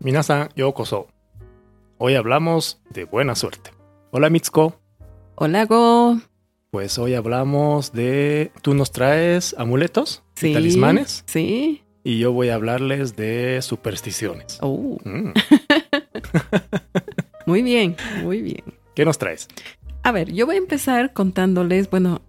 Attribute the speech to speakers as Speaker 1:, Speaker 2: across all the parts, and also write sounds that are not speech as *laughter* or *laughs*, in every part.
Speaker 1: Minasan, yo koso. Hoy hablamos de buena suerte. Hola Mitsuko.
Speaker 2: Hola Go.
Speaker 1: Pues hoy hablamos de... Tú nos traes amuletos y
Speaker 2: Sí.
Speaker 1: talismanes.
Speaker 2: Sí.
Speaker 1: Y yo voy a hablarles de supersticiones.
Speaker 2: Oh,
Speaker 1: Mm,
Speaker 2: muy bien, muy bien.
Speaker 1: ¿Qué nos traes?
Speaker 2: A ver, yo voy a empezar contándoles, bueno,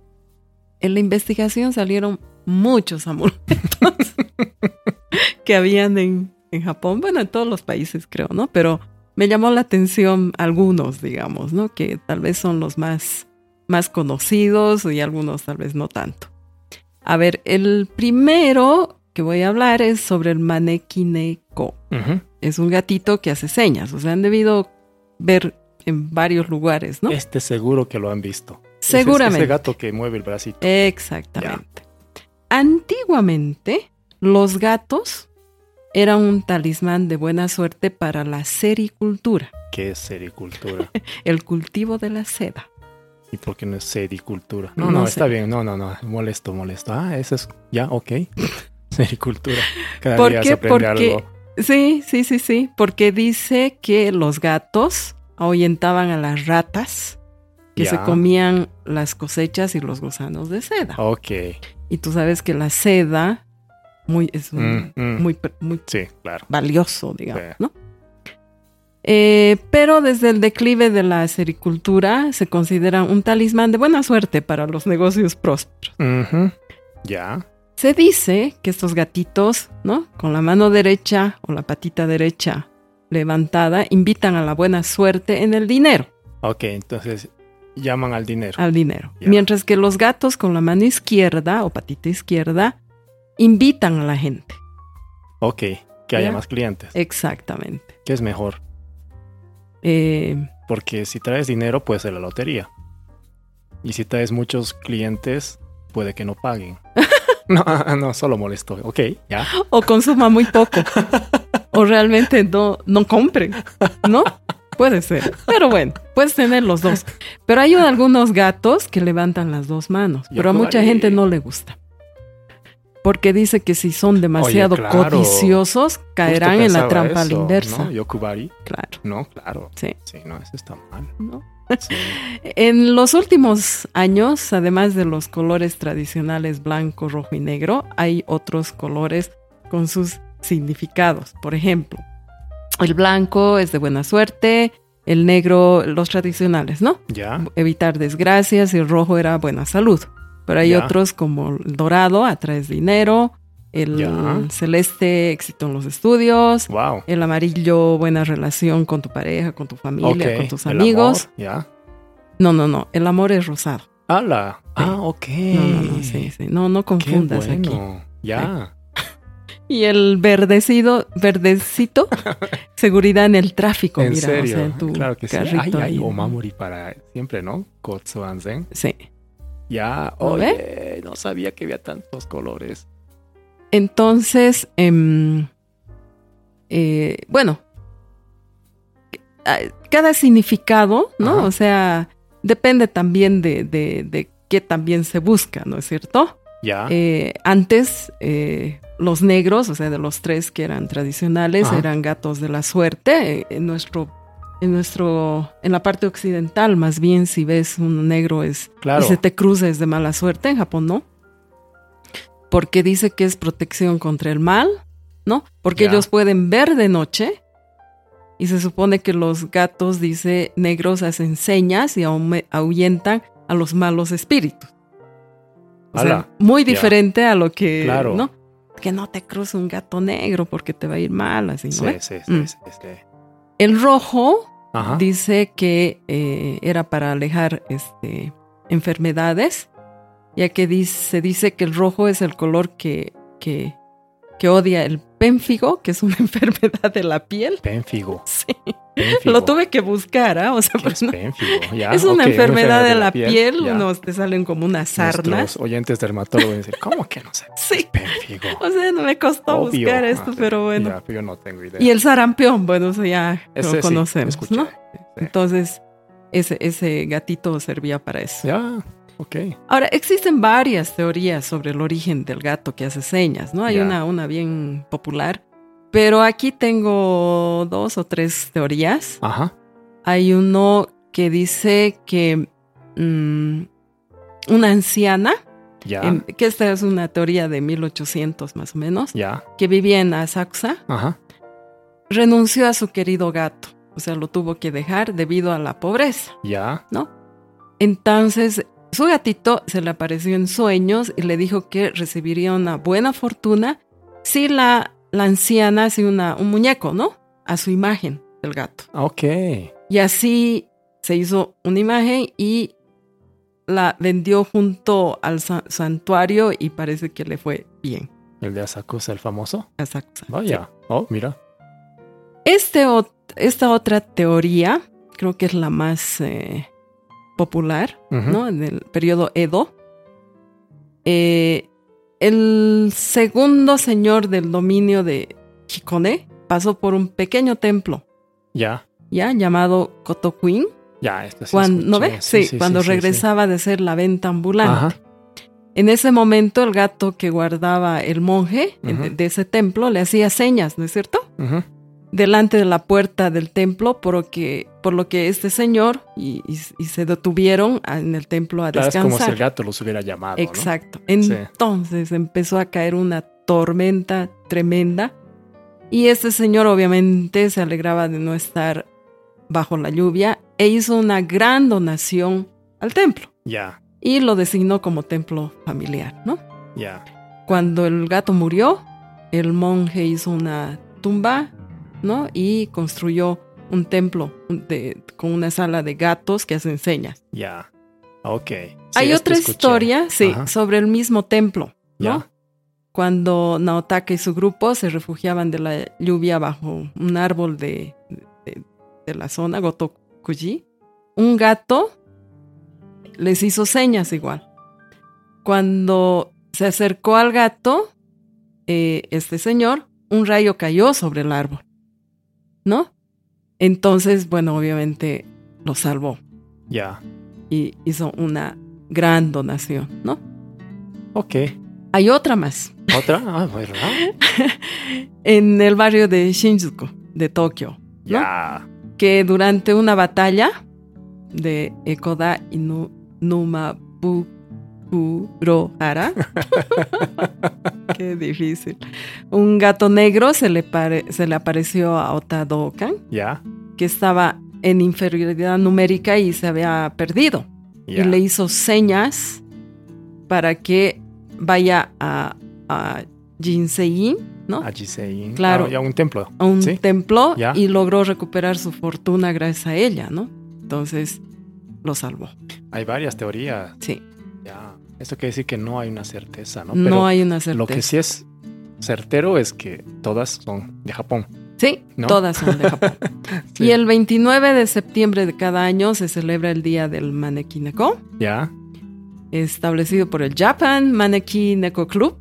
Speaker 2: en la investigación salieron muchos amuletos *laughs* que habían en, en Japón, bueno, en todos los países creo, ¿no? Pero me llamó la atención algunos, digamos, ¿no? Que tal vez son los más, más conocidos y algunos tal vez no tanto. A ver, el primero que voy a hablar es sobre el manekineko.
Speaker 1: Ujú.
Speaker 2: Es un gatito que hace señas, o sea, han debido ver en varios lugares, ¿no?
Speaker 1: Este seguro que lo han visto. Ese-
Speaker 2: Seguramente.
Speaker 1: Ese gato que mueve el bracito.
Speaker 2: Exactamente. Antiguamente, los gatos eran un talismán de buena suerte para la sericultura,
Speaker 1: ¿Qué es
Speaker 2: *laughs*
Speaker 1: sericultura?
Speaker 2: el cultivo de la seda.
Speaker 1: ¿Y por qué no es sericultura? No, no,
Speaker 2: No sé.
Speaker 1: está bien. No, no, no. Molesto, molesto. Ah, eso es. Ya,
Speaker 2: *laughs*
Speaker 1: ok. Sericultura. Cada
Speaker 2: ¿Por
Speaker 1: día
Speaker 2: qué?
Speaker 1: se aprende
Speaker 2: Porque-
Speaker 1: algo.
Speaker 2: Sí, sí, sí, sí, porque dice que los gatos ahuyentaban a las ratas que se
Speaker 1: Ya. Oh.
Speaker 2: comían las cosechas y los gusanos de seda.
Speaker 1: Ok.
Speaker 2: Y tú sabes que la seda muy, es un-
Speaker 1: Mm, mm.
Speaker 2: muy, pre- muy
Speaker 1: Sí, claro.
Speaker 2: valioso, digamos,
Speaker 1: Sí.
Speaker 2: ¿no? Eh, pero desde el declive de la sericultura se considera un talismán de buena suerte para los negocios prósperos.
Speaker 1: Ujú. Ya.
Speaker 2: Se dice que estos gatitos, ¿no? Con la mano derecha o la patita derecha levantada, invitan a la buena suerte en el dinero,
Speaker 1: Ok, entonces llaman al dinero.
Speaker 2: al dinero.
Speaker 1: Ya.
Speaker 2: Mientras que los gatos con la mano izquierda o patita izquierda invitan a la gente.
Speaker 1: Ok, que haya
Speaker 2: Ya.
Speaker 1: más clientes.
Speaker 2: Exactamente.
Speaker 1: ¿Qué es mejor?
Speaker 2: Eh,
Speaker 1: Porque si traes dinero, puede ser la lotería. Y si traes muchos clientes, puede que no
Speaker 2: *laughs*
Speaker 1: paguen. no, *laughs* no, solo molesto. Ok, ya.
Speaker 2: o consuma muy poco o realmente no, no compre, ¿no? Puede ser, pero bueno, puedes tener los dos. Pero hay algunos gatos que levantan las dos manos,
Speaker 1: Ya
Speaker 2: pero a mucha
Speaker 1: por ahí.
Speaker 2: gente no le gusta. Porque dice que si son demasiado
Speaker 1: claro.
Speaker 2: codiciosos, caerán
Speaker 1: Justo
Speaker 2: en la
Speaker 1: pensaba
Speaker 2: trampa a la
Speaker 1: eso,
Speaker 2: inversa.
Speaker 1: ¿no? Yokubari.
Speaker 2: Claro,
Speaker 1: No, claro.
Speaker 2: Sí.
Speaker 1: Sí, no, eso está
Speaker 2: *laughs*
Speaker 1: mal.
Speaker 2: ¿no?
Speaker 1: Sí.
Speaker 2: En los últimos años, además de los colores tradicionales blanco, rojo y negro, hay otros colores con sus significados. Por ejemplo, el blanco es de buena suerte, el negro, los tradicionales, ¿no?
Speaker 1: ya.
Speaker 2: Evitar desgracias y el rojo era buena salud. Pero hay
Speaker 1: Ya.
Speaker 2: otros como el dorado, atraes dinero, el
Speaker 1: Ya.
Speaker 2: celeste, éxito en los estudios,
Speaker 1: Wow.
Speaker 2: el amarillo, buena relación con tu pareja, con tu familia,
Speaker 1: ok,
Speaker 2: con tus
Speaker 1: el
Speaker 2: amigos.
Speaker 1: amor, ya.
Speaker 2: No, no, no. El amor es rosado.
Speaker 1: Ala. Ah, ok.
Speaker 2: No, no, no. Sí, sí. No, no
Speaker 1: Qué
Speaker 2: confundas aquí.
Speaker 1: bueno. Ya.
Speaker 2: Y el verdecido,
Speaker 1: *laughs*
Speaker 2: verdecito, seguridad en el tráfico.
Speaker 1: En
Speaker 2: mira,
Speaker 1: serio.
Speaker 2: o sea, en tu
Speaker 1: claro que sí. Ay, oh,
Speaker 2: carrito
Speaker 1: ay,
Speaker 2: ahí, ¿no?
Speaker 1: Omamori para siempre, ¿no? Kotsuanzen.
Speaker 2: Sí.
Speaker 1: Ya.
Speaker 2: ¿Lo ve?
Speaker 1: Oye, no sabía que había tantos colores.
Speaker 2: Entonces, em, eh, bueno, ah, cada significado, ¿no?
Speaker 1: Ajá.
Speaker 2: O sea, depende también de, de, de qué también se busca, ¿no es cierto?
Speaker 1: Ya.
Speaker 2: Eh, antes, eh, los negros, o sea, de los tres que eran tradicionales,
Speaker 1: Ajá.
Speaker 2: eran gatos de la suerte. Eh, En nuestro, en nuestro, en la parte occidental, más bien, si ves un negro es
Speaker 1: claro.
Speaker 2: y se te cruza es de mala suerte. En Japón no, porque dice que es protección contra el mal, ¿no? Porque
Speaker 1: Ya.
Speaker 2: ellos pueden ver de noche. Y se supone que los gatos, dice, negros hacen señas y ahume- ahuyentan a los malos espíritus. O sea,
Speaker 1: Ala.
Speaker 2: muy
Speaker 1: ya.
Speaker 2: diferente a lo que,
Speaker 1: Claro.
Speaker 2: ¿no? Que no te cruce un gato negro porque te va a ir mal, así, ¿no?
Speaker 1: Sí,
Speaker 2: ve?
Speaker 1: sí, sí,
Speaker 2: Mm.
Speaker 1: sí, sí.
Speaker 2: El rojo
Speaker 1: Ajá.
Speaker 2: dice que eh, era para alejar este, enfermedades, ya que dice, se dice que el rojo es el color que, que, que odia el pénfigo, que es una *laughs* enfermedad de la piel.
Speaker 1: Pénfigo.
Speaker 2: *laughs* Sí,
Speaker 1: Pénfigo.
Speaker 2: lo tuve que buscar, ¿ah? O sea,
Speaker 1: ¿Qué
Speaker 2: pues
Speaker 1: es
Speaker 2: no- *laughs*
Speaker 1: pénfigo? Ya,
Speaker 2: es una
Speaker 1: ok,
Speaker 2: enfermedad de la piel,
Speaker 1: ya.
Speaker 2: unos te salen como unas sarnas.
Speaker 1: Nuestros oyentes dermatólogos dicen, ¿cómo que no sé?
Speaker 2: Sí,
Speaker 1: Pénfigo.
Speaker 2: *laughs* o sea, no me costó
Speaker 1: Obvio.
Speaker 2: buscar esto,
Speaker 1: Ah,
Speaker 2: pero bueno.
Speaker 1: Ya, pero yo no tengo idea.
Speaker 2: Y el sarampión, bueno, eso ya
Speaker 1: Ese
Speaker 2: lo
Speaker 1: sí,
Speaker 2: conocemos,
Speaker 1: escuché.
Speaker 2: ¿no?
Speaker 1: Sí.
Speaker 2: Entonces, ese, ese gatito servía para eso.
Speaker 1: Ya, ok.
Speaker 2: Ahora, existen varias teorías sobre el origen del gato que hace señas, ¿no? Hay
Speaker 1: Ya.
Speaker 2: una, una bien popular Pero aquí tengo dos o tres teorías.
Speaker 1: Ajá.
Speaker 2: Hay uno que dice que mm, una anciana,
Speaker 1: Ya.
Speaker 2: em, que esta es una teoría de 1800 más o menos,
Speaker 1: Ya.
Speaker 2: que vivía en Asakusa,
Speaker 1: Ajá.
Speaker 2: renunció a su querido gato. O sea, lo tuvo que dejar debido a la pobreza.
Speaker 1: Ya.
Speaker 2: Entonces, su gatito se le apareció en sueños y le dijo que recibiría una buena fortuna si la, la anciana hace una, un muñeco, ¿no? A su imagen del gato.
Speaker 1: Ah, Ok.
Speaker 2: Y así se hizo una imagen y la vendió junto al sa- santuario y parece que le fue bien.
Speaker 1: El de Asakusa, el famoso.
Speaker 2: Exacto.
Speaker 1: Vaya. Oh, mira.
Speaker 2: Este ot- esta otra teoría, creo que es la más eh, popular,
Speaker 1: Ujú.
Speaker 2: ¿no? En el periodo Edo. Eh, el segundo señor del dominio de Hikone pasó por un pequeño templo,
Speaker 1: Ya.
Speaker 2: ¿ya? Llamado Kotokuin.
Speaker 1: Ya, esto sí.
Speaker 2: Cuando, ¿No
Speaker 1: escuché.
Speaker 2: ve? Sí, cuando
Speaker 1: sí, sí.
Speaker 2: regresaba de ser la venta ambulante.
Speaker 1: Ajá.
Speaker 2: En ese momento, el gato que guardaba el monje en-
Speaker 1: Ujú.
Speaker 2: de ese templo le hacía señas, ¿no es cierto?
Speaker 1: Ujú.
Speaker 2: delante de la puerta del templo, por lo que, por lo que este señor y, y- y se detuvieron a- en el templo a
Speaker 1: Claro, es como si el
Speaker 2: descansar.
Speaker 1: gato los hubiera llamado. ¿no?
Speaker 2: Exacto.
Speaker 1: Sí.
Speaker 2: Entonces empezó a caer una tormenta tremenda y este señor obviamente se alegraba de no estar bajo la lluvia e hizo una gran donación al templo
Speaker 1: Ya.
Speaker 2: y lo designó como templo familiar, ¿no?
Speaker 1: Ya.
Speaker 2: Cuando el gato murió, el monje hizo una tumba, ¿no? Y construyó un templo un- de- con una sala de gatos que hacen señas.
Speaker 1: Ya. Ah, Ok. Sí,
Speaker 2: Hay
Speaker 1: esto
Speaker 2: otra
Speaker 1: escuché.
Speaker 2: historia, sí,
Speaker 1: Ajá.
Speaker 2: sobre el mismo templo, ¿no?
Speaker 1: Ya.
Speaker 2: Cuando Naotaka y su grupo se refugiaban de la lluvia bajo un árbol de, de- de la zona, Gotokuji, un gato les hizo señas igual. Cuando se acercó al gato, eh, este señor, un rayo cayó sobre el árbol, ¿no? Entonces, bueno, obviamente lo salvó
Speaker 1: Ya.
Speaker 2: y hizo una gran donación, ¿no?
Speaker 1: Ok.
Speaker 2: Hay otra más.
Speaker 1: ¿Otra? Ah,
Speaker 2: *laughs*
Speaker 1: ¿verdad?
Speaker 2: en el barrio de Shinjuku, de Tokio,
Speaker 1: Ya.
Speaker 2: que durante una batalla de Ekoda Inu- Numabukurohara, *laughs* qué difícil, un gato negro se le, pare- se le apareció a Otadokan,
Speaker 1: Ya.
Speaker 2: que estaba en inferioridad numérica y se había perdido,
Speaker 1: Ya.
Speaker 2: y le hizo señas para que vaya a, a Jinsei, ¿no?
Speaker 1: A Jisein.
Speaker 2: Claro.
Speaker 1: Ah, ya, un templo.
Speaker 2: a un
Speaker 1: Sí.
Speaker 2: templo
Speaker 1: Ya.
Speaker 2: y logró recuperar su fortuna gracias a ella, ¿no? Entonces lo salvó.
Speaker 1: Hay varias teorías.
Speaker 2: Sí,
Speaker 1: Ya. Esto quiere decir que no hay una certeza, ¿no?
Speaker 2: no,
Speaker 1: Pero
Speaker 2: hay una certeza.
Speaker 1: lo que sí es certero es que todas son de Japón.
Speaker 2: Sí,
Speaker 1: ¿No?
Speaker 2: todas son de Japón.
Speaker 1: *laughs* Sí.
Speaker 2: Y el 29 de septiembre de cada año se celebra el Día del Maneki Neko,
Speaker 1: Ya.
Speaker 2: establecido por el Japan Maneki Neko Club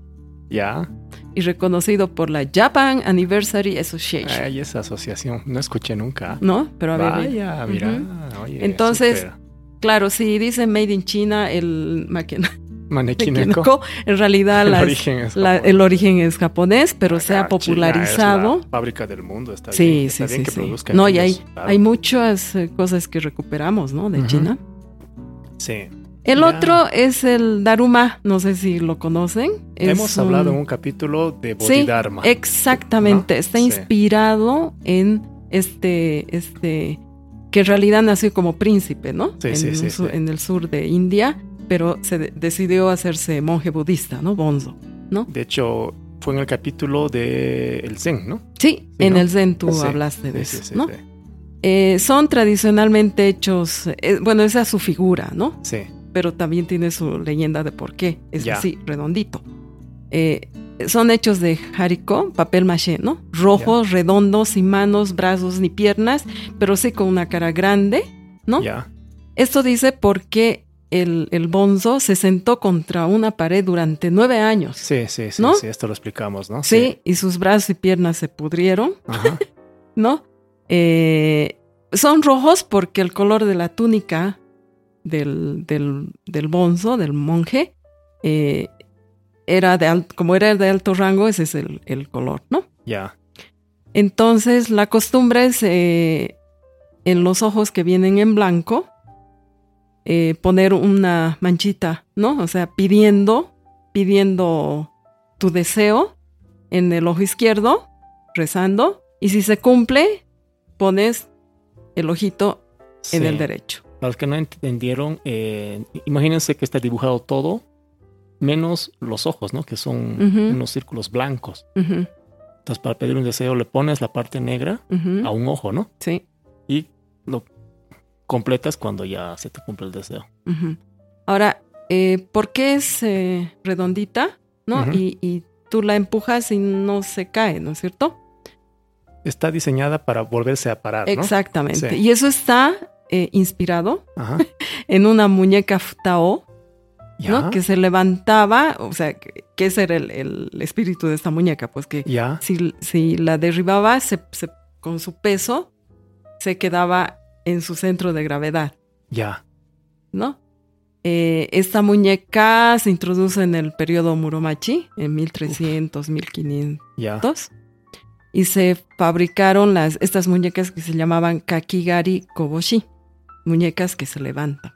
Speaker 1: Ya.
Speaker 2: y reconocido por la Japan Anniversary Association,
Speaker 1: Hay esa asociación. No escuché nunca.
Speaker 2: ¿no? Pero a ver,
Speaker 1: Vaya, mira. Oye,
Speaker 2: Entonces,
Speaker 1: súper.
Speaker 2: claro, si dicen Made in China, el Maneki
Speaker 1: Maneki Neko.
Speaker 2: Neko, en realidad
Speaker 1: *laughs* El
Speaker 2: las,
Speaker 1: origen es
Speaker 2: La-
Speaker 1: Japón.
Speaker 2: el origen es japonés, pero se ha
Speaker 1: Acá China es
Speaker 2: popularizado.
Speaker 1: la fábrica del mundo, está
Speaker 2: Sí,
Speaker 1: bien.
Speaker 2: sí,
Speaker 1: está bien
Speaker 2: sí,
Speaker 1: que
Speaker 2: sí.
Speaker 1: produzcan
Speaker 2: No, y
Speaker 1: ellos,
Speaker 2: hay,
Speaker 1: claro.
Speaker 2: hay muchas eh, cosas que recuperamos, ¿no? De
Speaker 1: Ujú.
Speaker 2: China.
Speaker 1: Sí.
Speaker 2: El
Speaker 1: Ya.
Speaker 2: otro es el Daruma, no sé si lo conocen. Es
Speaker 1: Hemos hablado en
Speaker 2: un-
Speaker 1: un capítulo de
Speaker 2: Sí, eh,
Speaker 1: Bodhidharma.
Speaker 2: Exactamente,
Speaker 1: ¿No?
Speaker 2: está
Speaker 1: Sí.
Speaker 2: inspirado en este, este, que en realidad nació como príncipe, ¿no?
Speaker 1: Sí,
Speaker 2: en,
Speaker 1: sí,
Speaker 2: un
Speaker 1: sí,
Speaker 2: su-
Speaker 1: sí.
Speaker 2: en el sur de India, pero se de- decidió hacerse monje budista, ¿no? Bonzo.
Speaker 1: De hecho, fue en el capítulo de El Zen, ¿no?
Speaker 2: Sí, en
Speaker 1: ¿no?
Speaker 2: el Zen tú
Speaker 1: Sí,
Speaker 2: hablaste de
Speaker 1: Sí,
Speaker 2: eso,
Speaker 1: sí, sí,
Speaker 2: ¿no?
Speaker 1: sí.
Speaker 2: Eh, son tradicionalmente hechos, eh, bueno, esa es su figura, ¿no?
Speaker 1: Sí,
Speaker 2: Pero también tiene su leyenda de por qué. Es
Speaker 1: Ya.
Speaker 2: así, redondito. Eh, son hechos de haricó, papel maché, ¿no? Rojos, redondos, sin manos, brazos ni piernas, pero sí con una cara grande, ¿no?
Speaker 1: ya.
Speaker 2: Esto dice porque el, el bonzo se sentó contra una pared durante nueve años. Sí,
Speaker 1: Sí, sí, sí,
Speaker 2: ¿No?
Speaker 1: sí, esto lo explicamos, ¿no?
Speaker 2: y sus brazos y piernas se pudrieron.
Speaker 1: Ajá.
Speaker 2: ¿no? Eh, son rojos porque el color de la túnica del, del, del bonzo, del monje, eh, era de al- como era de alto rango, ese es el, el color, ¿no?
Speaker 1: ya.
Speaker 2: Entonces, la costumbre es eh, en los ojos que vienen en blanco eh, poner una manchita, ¿no? O sea, pidiendo, pidiendo tu deseo en el ojo izquierdo, rezando, y si se cumple, pones el ojito en
Speaker 1: Sí.
Speaker 2: el derecho.
Speaker 1: Para los que no entendieron, eh, imagínense que está dibujado todo, menos los ojos, ¿no? Que son
Speaker 2: Ujú.
Speaker 1: unos círculos blancos.
Speaker 2: Ujú,
Speaker 1: Entonces, para pedir un deseo, le pones la parte negra
Speaker 2: ujú,
Speaker 1: a un ojo, ¿no?
Speaker 2: Sí.
Speaker 1: Y lo completas cuando ya se te cumple el deseo.
Speaker 2: Ujú. Ahora, eh, ¿por qué es eh, redondita? ¿No?
Speaker 1: Ujú.
Speaker 2: y, y tú la empujas y no se cae, ¿no es cierto?
Speaker 1: Está diseñada para volverse a parar, ¿no?
Speaker 2: Exactamente.
Speaker 1: Sí.
Speaker 2: Y eso está eh, inspirado *laughs*
Speaker 1: Ajá.
Speaker 2: en una muñeca f- Tao,
Speaker 1: Ya.
Speaker 2: ¿no? Que se levantaba, o sea, que, que ese era el, el espíritu de esta muñeca, pues que
Speaker 1: Ya.
Speaker 2: si, si la derribaba se- se- con su peso, se quedaba en su centro de gravedad.
Speaker 1: Ya.
Speaker 2: ¿no? Eh, esta muñeca se introduce en el periodo Muromachi, en 1300, 1500,
Speaker 1: Ya.
Speaker 2: y se fabricaron las, estas muñecas que se llamaban Kakigari Koboshi, muñecas que se levantan.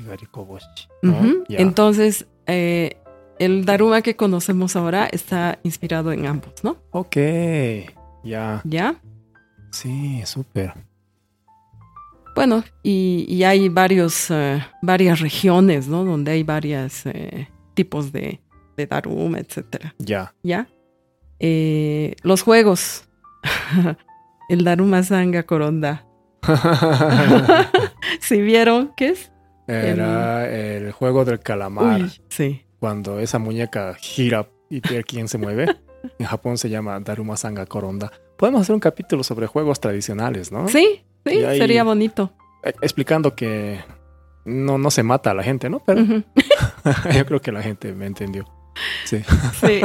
Speaker 1: Kakigari-koboshi, ¿no?
Speaker 2: Ujú.
Speaker 1: Oh, Ya.
Speaker 2: Entonces, eh, el Daruma que conocemos ahora está inspirado en ambos, ¿no?
Speaker 1: Ok. Ya.
Speaker 2: ¿Ya?
Speaker 1: Sí, súper.
Speaker 2: Bueno, y, y hay varios, eh, varias regiones, ¿no? Donde hay varios tipos de, de Daruma, etcétera. *laughs*
Speaker 1: Ya. *laughs*
Speaker 2: ¿ya? Eh, los juegos. *laughs* el Daruma Sanga Coronda. *laughs* ¿Sí vieron qué es?
Speaker 1: Era el juego del calamar.
Speaker 2: Uy, sí.
Speaker 1: Cuando esa muñeca gira y ver quién se
Speaker 2: *laughs*
Speaker 1: mueve. En Japón se llama Daruma Sanga Koronda. Podemos hacer un capítulo sobre juegos tradicionales, ¿no?
Speaker 2: Sí, sí,
Speaker 1: Y ahí-
Speaker 2: sería bonito.
Speaker 1: Eh, Explicando que no, no se mata a la gente,
Speaker 2: *laughs*
Speaker 1: ¿no? Pero *laughs*
Speaker 2: Ujú,
Speaker 1: yo creo que la gente me entendió. Sí. *laughs*
Speaker 2: sí.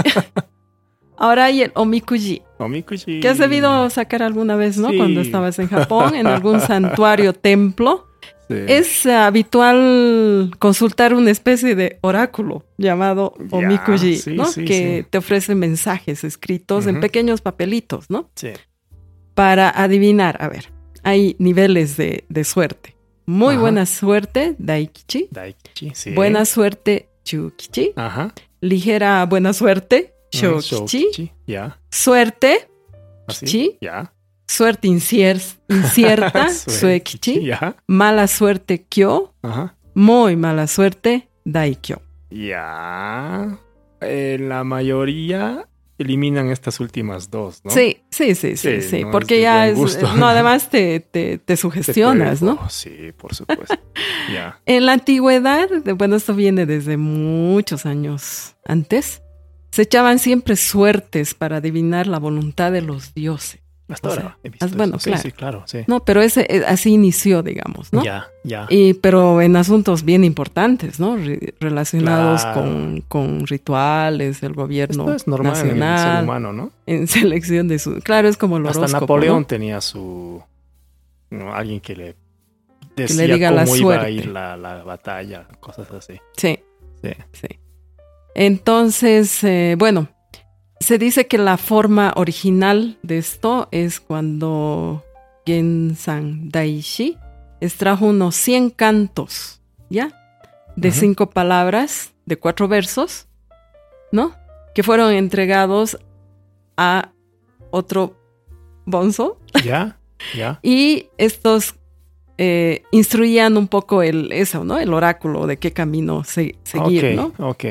Speaker 2: Ahora hay el Omikuji,
Speaker 1: Omikuji.
Speaker 2: que has debido sacar alguna vez, ¿no?
Speaker 1: Sí.
Speaker 2: Cuando estabas en Japón,
Speaker 1: *laughs*
Speaker 2: en algún santuario, templo.
Speaker 1: Sí.
Speaker 2: Es eh, habitual consultar una especie de oráculo llamado
Speaker 1: Ya,
Speaker 2: Omikuji,
Speaker 1: sí,
Speaker 2: ¿no?
Speaker 1: sí,
Speaker 2: que
Speaker 1: sí.
Speaker 2: te ofrece mensajes escritos en
Speaker 1: Ujú.
Speaker 2: pequeños papelitos, ¿no?
Speaker 1: Sí.
Speaker 2: para adivinar. A ver, hay niveles de, de suerte. Muy
Speaker 1: Ajá.
Speaker 2: buena suerte, Daikichi.
Speaker 1: Daikichi. Sí.
Speaker 2: Buena suerte, Chukichi.
Speaker 1: Ajá.
Speaker 2: Ligera buena suerte,
Speaker 1: Mm,
Speaker 2: Shokichi.
Speaker 1: Shokichi. Ya.
Speaker 2: Suerte,
Speaker 1: Así.
Speaker 2: Kichi.
Speaker 1: Ya.
Speaker 2: suerte incier-
Speaker 1: *laughs*
Speaker 2: incierta,
Speaker 1: Suekichi,
Speaker 2: Ah, Suekichi.
Speaker 1: Ya.
Speaker 2: Mala suerte, Kyo.
Speaker 1: Ajá.
Speaker 2: Muy mala suerte, Daikyo.
Speaker 1: Ya. Eh, la mayoría eliminan estas últimas dos, ¿no?
Speaker 2: Sí, sí, sí, sí,
Speaker 1: Sí,
Speaker 2: sí.
Speaker 1: no
Speaker 2: porque
Speaker 1: es de
Speaker 2: ya
Speaker 1: buen
Speaker 2: es.
Speaker 1: gusto.
Speaker 2: No, además te, te, te
Speaker 1: Te
Speaker 2: sugestionas,
Speaker 1: puede-
Speaker 2: ¿no?
Speaker 1: oh, sí, por
Speaker 2: *laughs*
Speaker 1: supuesto. ya.
Speaker 2: En la antigüedad, de- bueno, esto viene desde muchos años antes, se echaban siempre suertes para adivinar la voluntad de los dioses.
Speaker 1: Hasta
Speaker 2: O
Speaker 1: ahora
Speaker 2: sea,
Speaker 1: he visto
Speaker 2: ah, bueno,
Speaker 1: eso. Sí,
Speaker 2: claro.
Speaker 1: sí, claro, sí.
Speaker 2: No, pero ese eh, así inició, digamos, ¿no?
Speaker 1: Ya, ya.
Speaker 2: Y, pero en asuntos bien importantes, ¿no? Re- relacionados
Speaker 1: Claro.
Speaker 2: con, con rituales del gobierno
Speaker 1: Esto es normal en el ser
Speaker 2: nacional,
Speaker 1: humano, ¿no?
Speaker 2: en selección de su... Claro, es como el
Speaker 1: Hasta
Speaker 2: horóscopo, ¿no?
Speaker 1: Napoleón tenía su... no, alguien que le decía
Speaker 2: diga la
Speaker 1: cómo iba
Speaker 2: suerte.
Speaker 1: a ir la, la batalla, cosas
Speaker 2: *laughs*
Speaker 1: así.
Speaker 2: Sí.
Speaker 1: Sí.
Speaker 2: Sí. Entonces, eh, bueno, se dice que la forma original de esto es cuando Gensan Daishi extrajo unos 100 cantos, ¿ya? De
Speaker 1: Ujú.
Speaker 2: cinco palabras, de cuatro versos, ¿no? Que fueron entregados a otro bonzo
Speaker 1: Ya, ya.
Speaker 2: y estos eh, instruían un poco el, eso, ¿no? El oráculo de qué camino se-
Speaker 1: ok,
Speaker 2: seguir, ¿no?
Speaker 1: ok,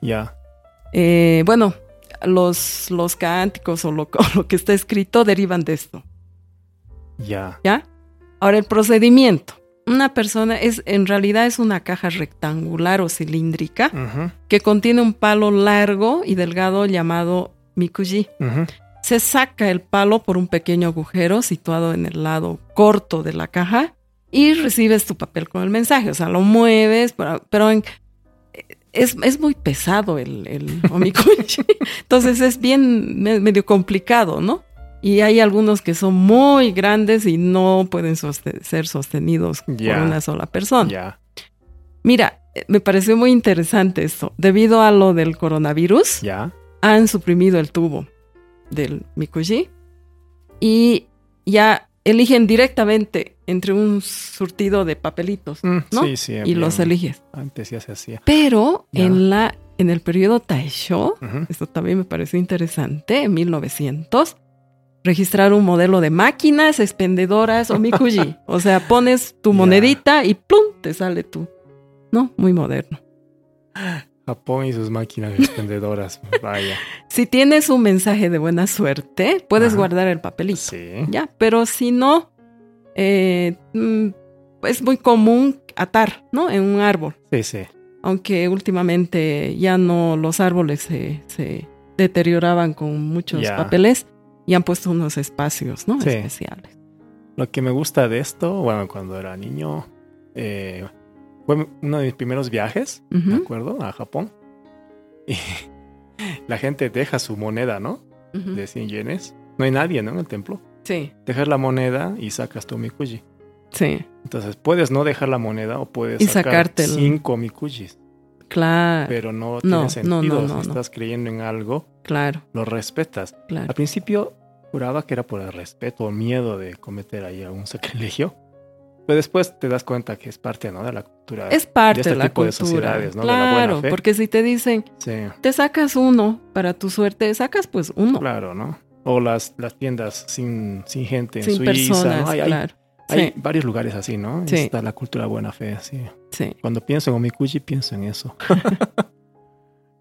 Speaker 1: ya.
Speaker 2: Eh, bueno, los, los cánticos o lo, *laughs* o lo que está escrito derivan de esto,
Speaker 1: Ya.
Speaker 2: ¿ya? Ahora, el procedimiento. Una persona es, en realidad es una caja rectangular o cilíndrica
Speaker 1: Ujú,
Speaker 2: que contiene un palo largo y delgado llamado mikuji.
Speaker 1: ujú.
Speaker 2: Se saca el palo por un pequeño agujero situado en el lado corto de la caja y recibes tu papel con el mensaje. O sea, lo mueves, pero, pero en- es, es muy pesado el, el *laughs* omikuchi. Entonces es bien me- medio complicado, ¿no? Y hay algunos que son muy grandes y no pueden soste- ser sostenidos
Speaker 1: Ya.
Speaker 2: por una sola persona.
Speaker 1: Ya.
Speaker 2: Mira, eh, me pareció muy interesante esto. Debido a lo del coronavirus,
Speaker 1: Ya.
Speaker 2: han suprimido el tubo del Mikuji y ya eligen directamente entre un surtido de papelitos
Speaker 1: Mm,
Speaker 2: ¿no?
Speaker 1: Sí, sí.
Speaker 2: y
Speaker 1: había
Speaker 2: los
Speaker 1: un-
Speaker 2: eliges.
Speaker 1: Antes ya se hacía.
Speaker 2: Pero
Speaker 1: Ya.
Speaker 2: en la en el periodo Taisho,
Speaker 1: Ujú.
Speaker 2: esto también me pareció interesante, en 1900 registrar un modelo de máquinas expendedoras
Speaker 1: *laughs*
Speaker 2: o mikuji, o sea, pones tu
Speaker 1: Ya.
Speaker 2: monedita y plum, te sale tu. No, muy moderno.
Speaker 1: Japón y sus
Speaker 2: *laughs*
Speaker 1: máquinas expendedoras. Vaya.
Speaker 2: Si tienes un mensaje de buena suerte, puedes
Speaker 1: Ajá.
Speaker 2: guardar el papelito.
Speaker 1: Sí.
Speaker 2: Ya, pero si no, eh, mm, es muy común atar, ¿no? En un árbol.
Speaker 1: Sí, sí.
Speaker 2: Aunque últimamente ya no los árboles se, se deterioraban con muchos
Speaker 1: Ya.
Speaker 2: papeles y han puesto unos espacios, ¿no?
Speaker 1: Sí.
Speaker 2: Especiales.
Speaker 1: Lo que me gusta de esto, bueno, cuando era niño, eh, fue uno de mis primeros viajes,
Speaker 2: Ujú.
Speaker 1: ¿de acuerdo? A Japón. *laughs* Y la gente deja su moneda, ¿no?
Speaker 2: Ujú.
Speaker 1: De este 100 yenes. No hay nadie, ¿no? En el templo.
Speaker 2: Sí,
Speaker 1: Dejas la moneda y sacas tu mikuji.
Speaker 2: sí,
Speaker 1: Entonces, puedes no dejar la moneda o puedes
Speaker 2: Y
Speaker 1: sacar
Speaker 2: sacarte el-
Speaker 1: cinco mikujis.
Speaker 2: claro,
Speaker 1: Pero no
Speaker 2: No,
Speaker 1: tiene
Speaker 2: no, no,
Speaker 1: sentido. si
Speaker 2: no, no.
Speaker 1: estás creyendo en algo,
Speaker 2: claro,
Speaker 1: lo respetas. Al
Speaker 2: claro.
Speaker 1: principio juraba que era por el respeto o miedo de cometer ahí algún *laughs* sacrilegio. Pero después te das cuenta que es parte ¿no? de la cultura.
Speaker 2: Es parte de,
Speaker 1: este
Speaker 2: la
Speaker 1: tipo de
Speaker 2: cultura.
Speaker 1: sociedades, ¿no? De la buena
Speaker 2: Claro,
Speaker 1: fe.
Speaker 2: porque si te dicen,
Speaker 1: Sí,
Speaker 2: te sacas uno para tu suerte, sacas pues uno
Speaker 1: claro, ¿no? O las, las tiendas sin, sin gente en
Speaker 2: sin
Speaker 1: Suiza,
Speaker 2: personas,
Speaker 1: ¿no? Hay, hay-
Speaker 2: claro.
Speaker 1: hay
Speaker 2: Sí,
Speaker 1: varios lugares así, ¿no?
Speaker 2: Sí.
Speaker 1: Está la cultura buena fe, sí.
Speaker 2: sí.
Speaker 1: Cuando pienso en Omikuji, pienso en
Speaker 2: *laughs*
Speaker 1: eso.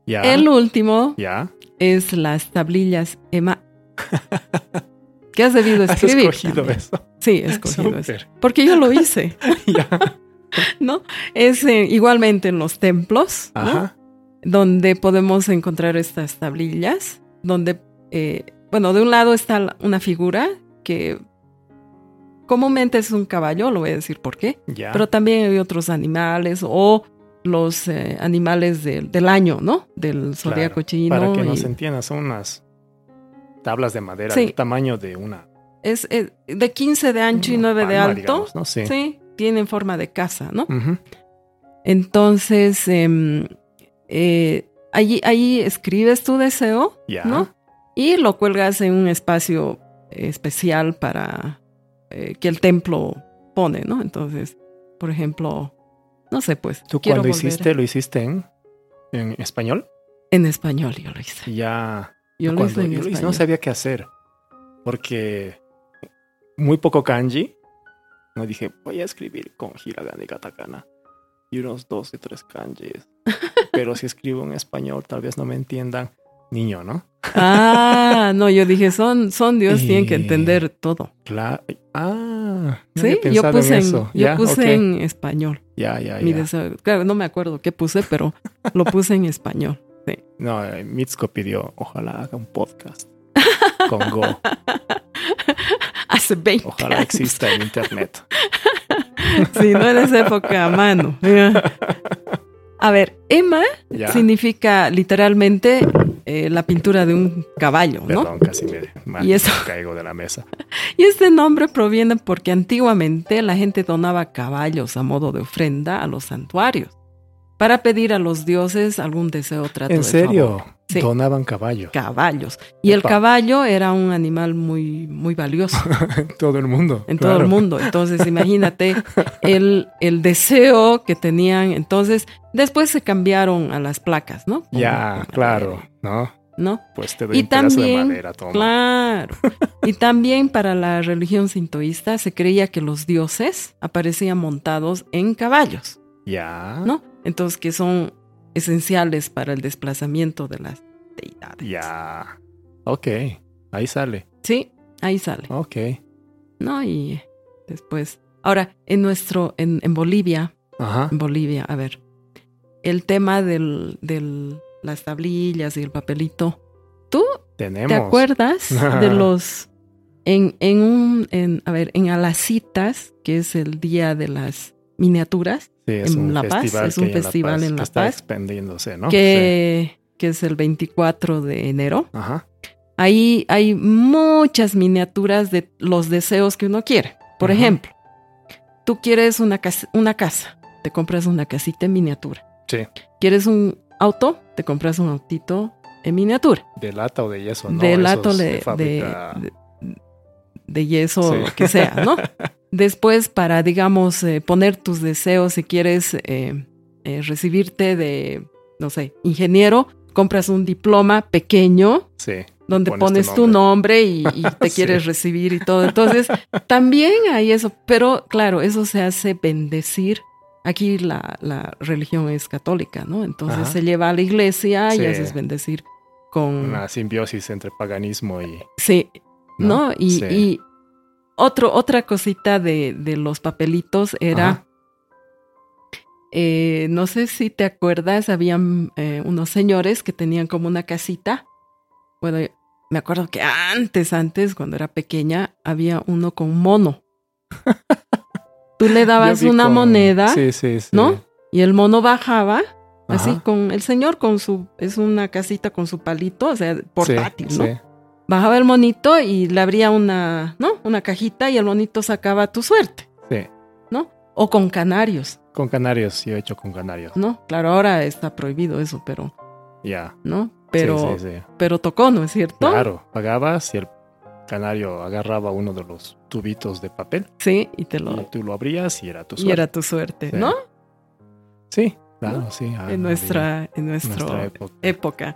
Speaker 1: ya,
Speaker 2: El último
Speaker 1: ya.
Speaker 2: es las tablillas
Speaker 1: *laughs*
Speaker 2: Emma. ¿Qué has debido
Speaker 1: Has
Speaker 2: escribir?
Speaker 1: escogido
Speaker 2: también.
Speaker 1: eso.
Speaker 2: Sí, he escogido eso.
Speaker 1: Súper.
Speaker 2: Porque yo lo hice,
Speaker 1: *laughs* ya.
Speaker 2: *laughs* ¿no? Es eh, igualmente en los templos, ¿no?
Speaker 1: Ajá.
Speaker 2: donde podemos encontrar estas tablillas, donde, eh, bueno, de un lado está la- una figura que comúnmente es un caballo, lo voy a decir por qué,
Speaker 1: Ya.
Speaker 2: pero también hay otros animales o los eh, animales del- del año, ¿no? Del zodiaco chino.
Speaker 1: Para que
Speaker 2: y-
Speaker 1: nos entiendan, son unas tablas de madera
Speaker 2: Sí.
Speaker 1: del tamaño de una.
Speaker 2: es, eh, de 15 de ancho y
Speaker 1: una
Speaker 2: 9 de
Speaker 1: palma,
Speaker 2: alto.
Speaker 1: digamos, ¿no? Sí.
Speaker 2: Sí, tienen forma de casa, ¿no?
Speaker 1: Ujú.
Speaker 2: Entonces, em, eh, allí, ahí escribes tu deseo,
Speaker 1: Ya.
Speaker 2: ¿no? Y lo cuelgas en un espacio especial para eh, que el templo pone, ¿no? Entonces, por ejemplo, no sé, pues.
Speaker 1: Tú
Speaker 2: quiero
Speaker 1: cuando
Speaker 2: volver
Speaker 1: hiciste, lo hiciste en, en español.
Speaker 2: En español yo lo hice.
Speaker 1: Y ya.
Speaker 2: Yo lo
Speaker 1: cuando
Speaker 2: hice en
Speaker 1: yo lo hice,
Speaker 2: español.
Speaker 1: no sabía qué hacer. Porque muy poco kanji. No dije, voy a escribir con hiragana y katakana. Y unos dos y tres
Speaker 2: *laughs*
Speaker 1: kanjis. Pero si escribo en español, tal vez no me entiendan. Niño, ¿no?
Speaker 2: Ah, no, yo dije, son, son Dios, tienen que
Speaker 1: Y-
Speaker 2: entender todo.
Speaker 1: Claro. Ah. Eh. no
Speaker 2: Sí,
Speaker 1: había
Speaker 2: yo
Speaker 1: pensado
Speaker 2: puse,
Speaker 1: en
Speaker 2: en,
Speaker 1: eso.
Speaker 2: yo
Speaker 1: ya,
Speaker 2: puse
Speaker 1: ok.
Speaker 2: en español.
Speaker 1: Ya, ya,
Speaker 2: mi
Speaker 1: Ah, ya.
Speaker 2: deseo. Claro, no me acuerdo qué puse, pero lo puse en español.
Speaker 1: No, eh, Mitsuko pidió, ojalá haga un podcast con Go.
Speaker 2: *laughs* *laughs* Hace 20
Speaker 1: Ojalá
Speaker 2: años.
Speaker 1: exista en internet.
Speaker 2: *laughs* Sí, no en esa época, mano. A ver, Emma
Speaker 1: Ya.
Speaker 2: significa literalmente eh, la pintura de un caballo, ¿no?
Speaker 1: Perdón, casi me, mal-
Speaker 2: Y eso.
Speaker 1: caigo de la mesa.
Speaker 2: Y este nombre proviene porque antiguamente la gente donaba caballos a modo de ofrenda a los santuarios para pedir a los dioses algún deseo o trato
Speaker 1: ¿En
Speaker 2: de favor.
Speaker 1: serio?
Speaker 2: Sí.
Speaker 1: Donaban caballos.
Speaker 2: Caballos. Y el
Speaker 1: Epa.
Speaker 2: caballo era un animal muy, muy valioso.
Speaker 1: Todo el mundo.
Speaker 2: en todo el
Speaker 1: claro.
Speaker 2: mundo. Entonces, imagínate el, el deseo que tenían. Entonces, después se cambiaron a las placas, ¿no? Con-
Speaker 1: Ya,
Speaker 2: con
Speaker 1: claro.
Speaker 2: madera,
Speaker 1: ¿No?
Speaker 2: ¿no?
Speaker 1: Pues te doy
Speaker 2: Y
Speaker 1: un pedazo
Speaker 2: también,
Speaker 1: de madera, toma.
Speaker 2: Claro. Y también para la religión sintoísta se creía que los dioses aparecían montados en caballos,
Speaker 1: Ya.
Speaker 2: ¿no? Entonces, que son esenciales para el desplazamiento de las deidades.
Speaker 1: Ya. Ok. Ahí sale.
Speaker 2: Sí, ahí sale,
Speaker 1: Ok.
Speaker 2: ¿no? Y después. Ahora, en nuestro, en- en Bolivia,
Speaker 1: Ajá.
Speaker 2: en Bolivia. A ver, el tema del, del- las tablillas y el papelito. ¿Tú
Speaker 1: Tenemos.
Speaker 2: te acuerdas de los en, en un en, a ver en Alacitas, que es el día de las miniaturas,
Speaker 1: Sí, es
Speaker 2: en
Speaker 1: un
Speaker 2: La Paz?
Speaker 1: festival
Speaker 2: Es
Speaker 1: que
Speaker 2: un
Speaker 1: hay
Speaker 2: festival en
Speaker 1: que
Speaker 2: La
Speaker 1: está
Speaker 2: Paz.
Speaker 1: expandiéndose, ¿no?
Speaker 2: que, que es el 24 de enero.
Speaker 1: Sí. Ajá.
Speaker 2: Ahí hay muchas miniaturas de los deseos que uno quiere. Por
Speaker 1: Ajá.
Speaker 2: ejemplo, tú quieres una casa, una casa, te compras una casita en miniatura.
Speaker 1: Sí.
Speaker 2: ¿Quieres un auto? Te compras un autito en miniatura.
Speaker 1: De lata o de yeso, Pues ¿no?
Speaker 2: de
Speaker 1: Esos
Speaker 2: lato
Speaker 1: de
Speaker 2: de, de-
Speaker 1: fábrica.
Speaker 2: de- de yeso,
Speaker 1: Sí.
Speaker 2: o lo que sea,
Speaker 1: *laughs*
Speaker 2: ¿no? Después, para, digamos, eh, poner tus deseos, si quieres eh, eh, recibirte de, no sé, ingeniero, compras un diploma pequeño
Speaker 1: Sí,
Speaker 2: donde
Speaker 1: Pones
Speaker 2: pones,
Speaker 1: tu
Speaker 2: tu nombre y,
Speaker 1: *laughs*
Speaker 2: y te
Speaker 1: Sí.
Speaker 2: quieres recibir y
Speaker 1: *laughs*
Speaker 2: todo. Entonces, también hay eso, pero claro, eso se hace bendecir. Aquí la, la religión es católica, ¿no? Entonces
Speaker 1: Ajá.
Speaker 2: se lleva a la iglesia
Speaker 1: Sí.
Speaker 2: y haces bendecir con...
Speaker 1: una simbiosis entre paganismo y...
Speaker 2: Sí, ¿no? Y,
Speaker 1: Sí.
Speaker 2: y otro, otra cosita de, de los papelitos
Speaker 1: Ajá.
Speaker 2: era, eh, no sé si te acuerdas, habían eh, unos señores que tenían como una casita. Bueno, yo- me acuerdo que antes, antes, cuando era pequeña, había uno con un
Speaker 1: *laughs*
Speaker 2: mono. Tú le dabas
Speaker 1: Yo vi
Speaker 2: una
Speaker 1: con-
Speaker 2: moneda
Speaker 1: Sí, sí, sí.
Speaker 2: ¿no? y el mono bajaba. Así
Speaker 1: Ajá.
Speaker 2: con el señor con su, es una casita con su palito, o sea, portátil,
Speaker 1: Sí,
Speaker 2: ¿no?
Speaker 1: sí.
Speaker 2: bajaba el monito y le abría una, ¿no? Una cajita y el monito sacaba tu suerte,
Speaker 1: Sí.
Speaker 2: ¿no? O con canarios,
Speaker 1: Con canarios, yo he hecho con canarios.
Speaker 2: ¿no? Claro, ahora está prohibido eso, pero,
Speaker 1: Ya.
Speaker 2: ¿no? Pero,
Speaker 1: Sí, sí, sí.
Speaker 2: pero tocó, ¿no es cierto?
Speaker 1: Claro, pagabas y el canario agarraba uno de los tubitos de papel
Speaker 2: Sí, y te lo,
Speaker 1: y tú lo abrías y era tu
Speaker 2: y
Speaker 1: suerte.
Speaker 2: era tu suerte,
Speaker 1: Sí.
Speaker 2: ¿no?
Speaker 1: Sí, claro, sí. ah,
Speaker 2: En nuestra, en
Speaker 1: había-
Speaker 2: nuestro
Speaker 1: nuestra época.
Speaker 2: época.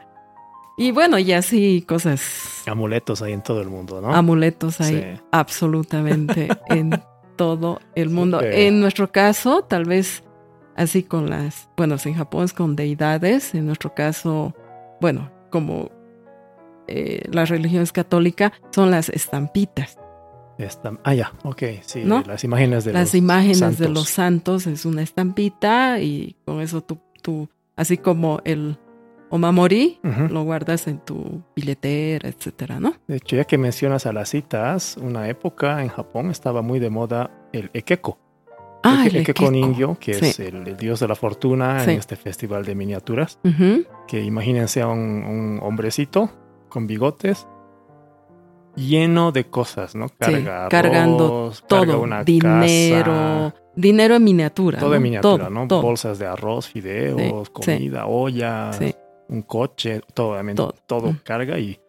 Speaker 2: Y bueno, y así cosas,
Speaker 1: Amuletos hay en todo el mundo, ¿no?
Speaker 2: amuletos ahí.
Speaker 1: Sí. *laughs*
Speaker 2: absolutamente en todo el mundo.
Speaker 1: Súper.
Speaker 2: En nuestro caso, tal vez así con las, bueno, en Japón es con deidades, en nuestro caso, bueno, como eh, la religión es católica, son las estampitas,
Speaker 1: Esta- ah, ya, ok, sí.
Speaker 2: ¿no?
Speaker 1: Las imágenes de
Speaker 2: las
Speaker 1: los
Speaker 2: imágenes de
Speaker 1: santos.
Speaker 2: los santos es una estampita y con eso tú, tú así como el omamori,
Speaker 1: Ujú.
Speaker 2: lo guardas en tu billetera, etcétera, ¿no?
Speaker 1: De hecho, ya que mencionas a las citas, una época en Japón estaba muy de moda el ekeko. el, ekeko ningyo, que es
Speaker 2: Ah, sí.
Speaker 1: el, el dios de la fortuna
Speaker 2: Sí.
Speaker 1: en este festival de miniaturas.
Speaker 2: Ujú,
Speaker 1: que imagínense a un, un hombrecito con bigotes lleno de cosas, ¿no? Carga
Speaker 2: cargando
Speaker 1: arroz, carga
Speaker 2: todo,
Speaker 1: una
Speaker 2: dinero,
Speaker 1: casa,
Speaker 2: dinero en miniatura.
Speaker 1: todo
Speaker 2: ¿no?
Speaker 1: en miniatura,
Speaker 2: Todo,
Speaker 1: ¿no?
Speaker 2: todo,
Speaker 1: Bolsas de arroz, fideos,
Speaker 2: Sí,
Speaker 1: comida, ollas,
Speaker 2: sí.
Speaker 1: un coche, todo, obviamente,
Speaker 2: Todo.
Speaker 1: todo,
Speaker 2: Mm.
Speaker 1: carga y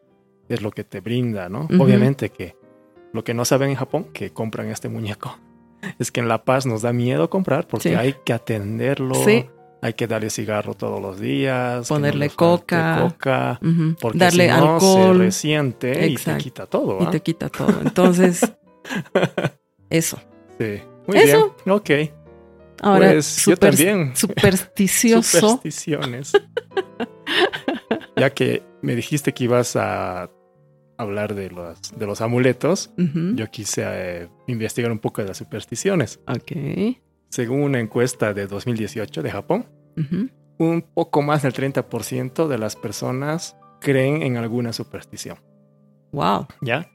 Speaker 1: es lo que te brinda, ¿no?
Speaker 2: Ujú.
Speaker 1: Obviamente que lo que no saben en Japón que compran este muñeco *laughs* es que en La Paz nos da miedo comprar porque
Speaker 2: Sí.
Speaker 1: hay que atenderlo,
Speaker 2: Sí.
Speaker 1: hay que darle cigarro todos los días, que
Speaker 2: Ponerle
Speaker 1: le falte
Speaker 2: coca.
Speaker 1: coca,
Speaker 2: Ujú.
Speaker 1: porque
Speaker 2: Darle
Speaker 1: si no, se
Speaker 2: alcohol
Speaker 1: resiente y
Speaker 2: Exacto.
Speaker 1: te quita todo.
Speaker 2: y
Speaker 1: ¿ah?
Speaker 2: te quita todo.
Speaker 1: *laughs*
Speaker 2: Entonces, eso.
Speaker 1: Sí. Muy
Speaker 2: Eso.
Speaker 1: bien. Ok.
Speaker 2: Ahora,
Speaker 1: pues yo
Speaker 2: super-
Speaker 1: también.
Speaker 2: supersticioso. *laughs*
Speaker 1: Supersticiones. ya que me dijiste que ibas a hablar de los, de los amuletos,
Speaker 2: Ujú.
Speaker 1: yo quise eh, investigar un poco de las supersticiones.
Speaker 2: Ok.
Speaker 1: Según una encuesta de 2018 de Japón,
Speaker 2: Ujú.
Speaker 1: un poco más del 30% de las personas creen en alguna superstición.
Speaker 2: Wow.
Speaker 1: ¿Ya?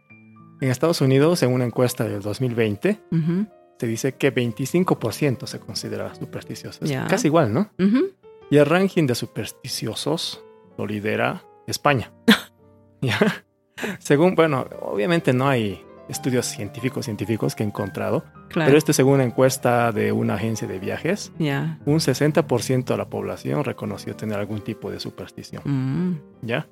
Speaker 1: En Estados Unidos, en una encuesta del 2020,
Speaker 2: Ujú.
Speaker 1: se dice que 25% se considera supersticioso. Es
Speaker 2: Ya.
Speaker 1: Pues, Casi igual, ¿no?
Speaker 2: Ujú.
Speaker 1: Y el ranking de supersticiosos lo lidera
Speaker 2: *laughs*
Speaker 1: España. Ya. Según, bueno, obviamente no hay estudios científicos científicos que he encontrado,
Speaker 2: Claro.
Speaker 1: pero este según una encuesta de una agencia de viajes,
Speaker 2: Ya.
Speaker 1: un 60% de la población reconoció tener algún tipo de superstición,
Speaker 2: Mm.
Speaker 1: ¿ya?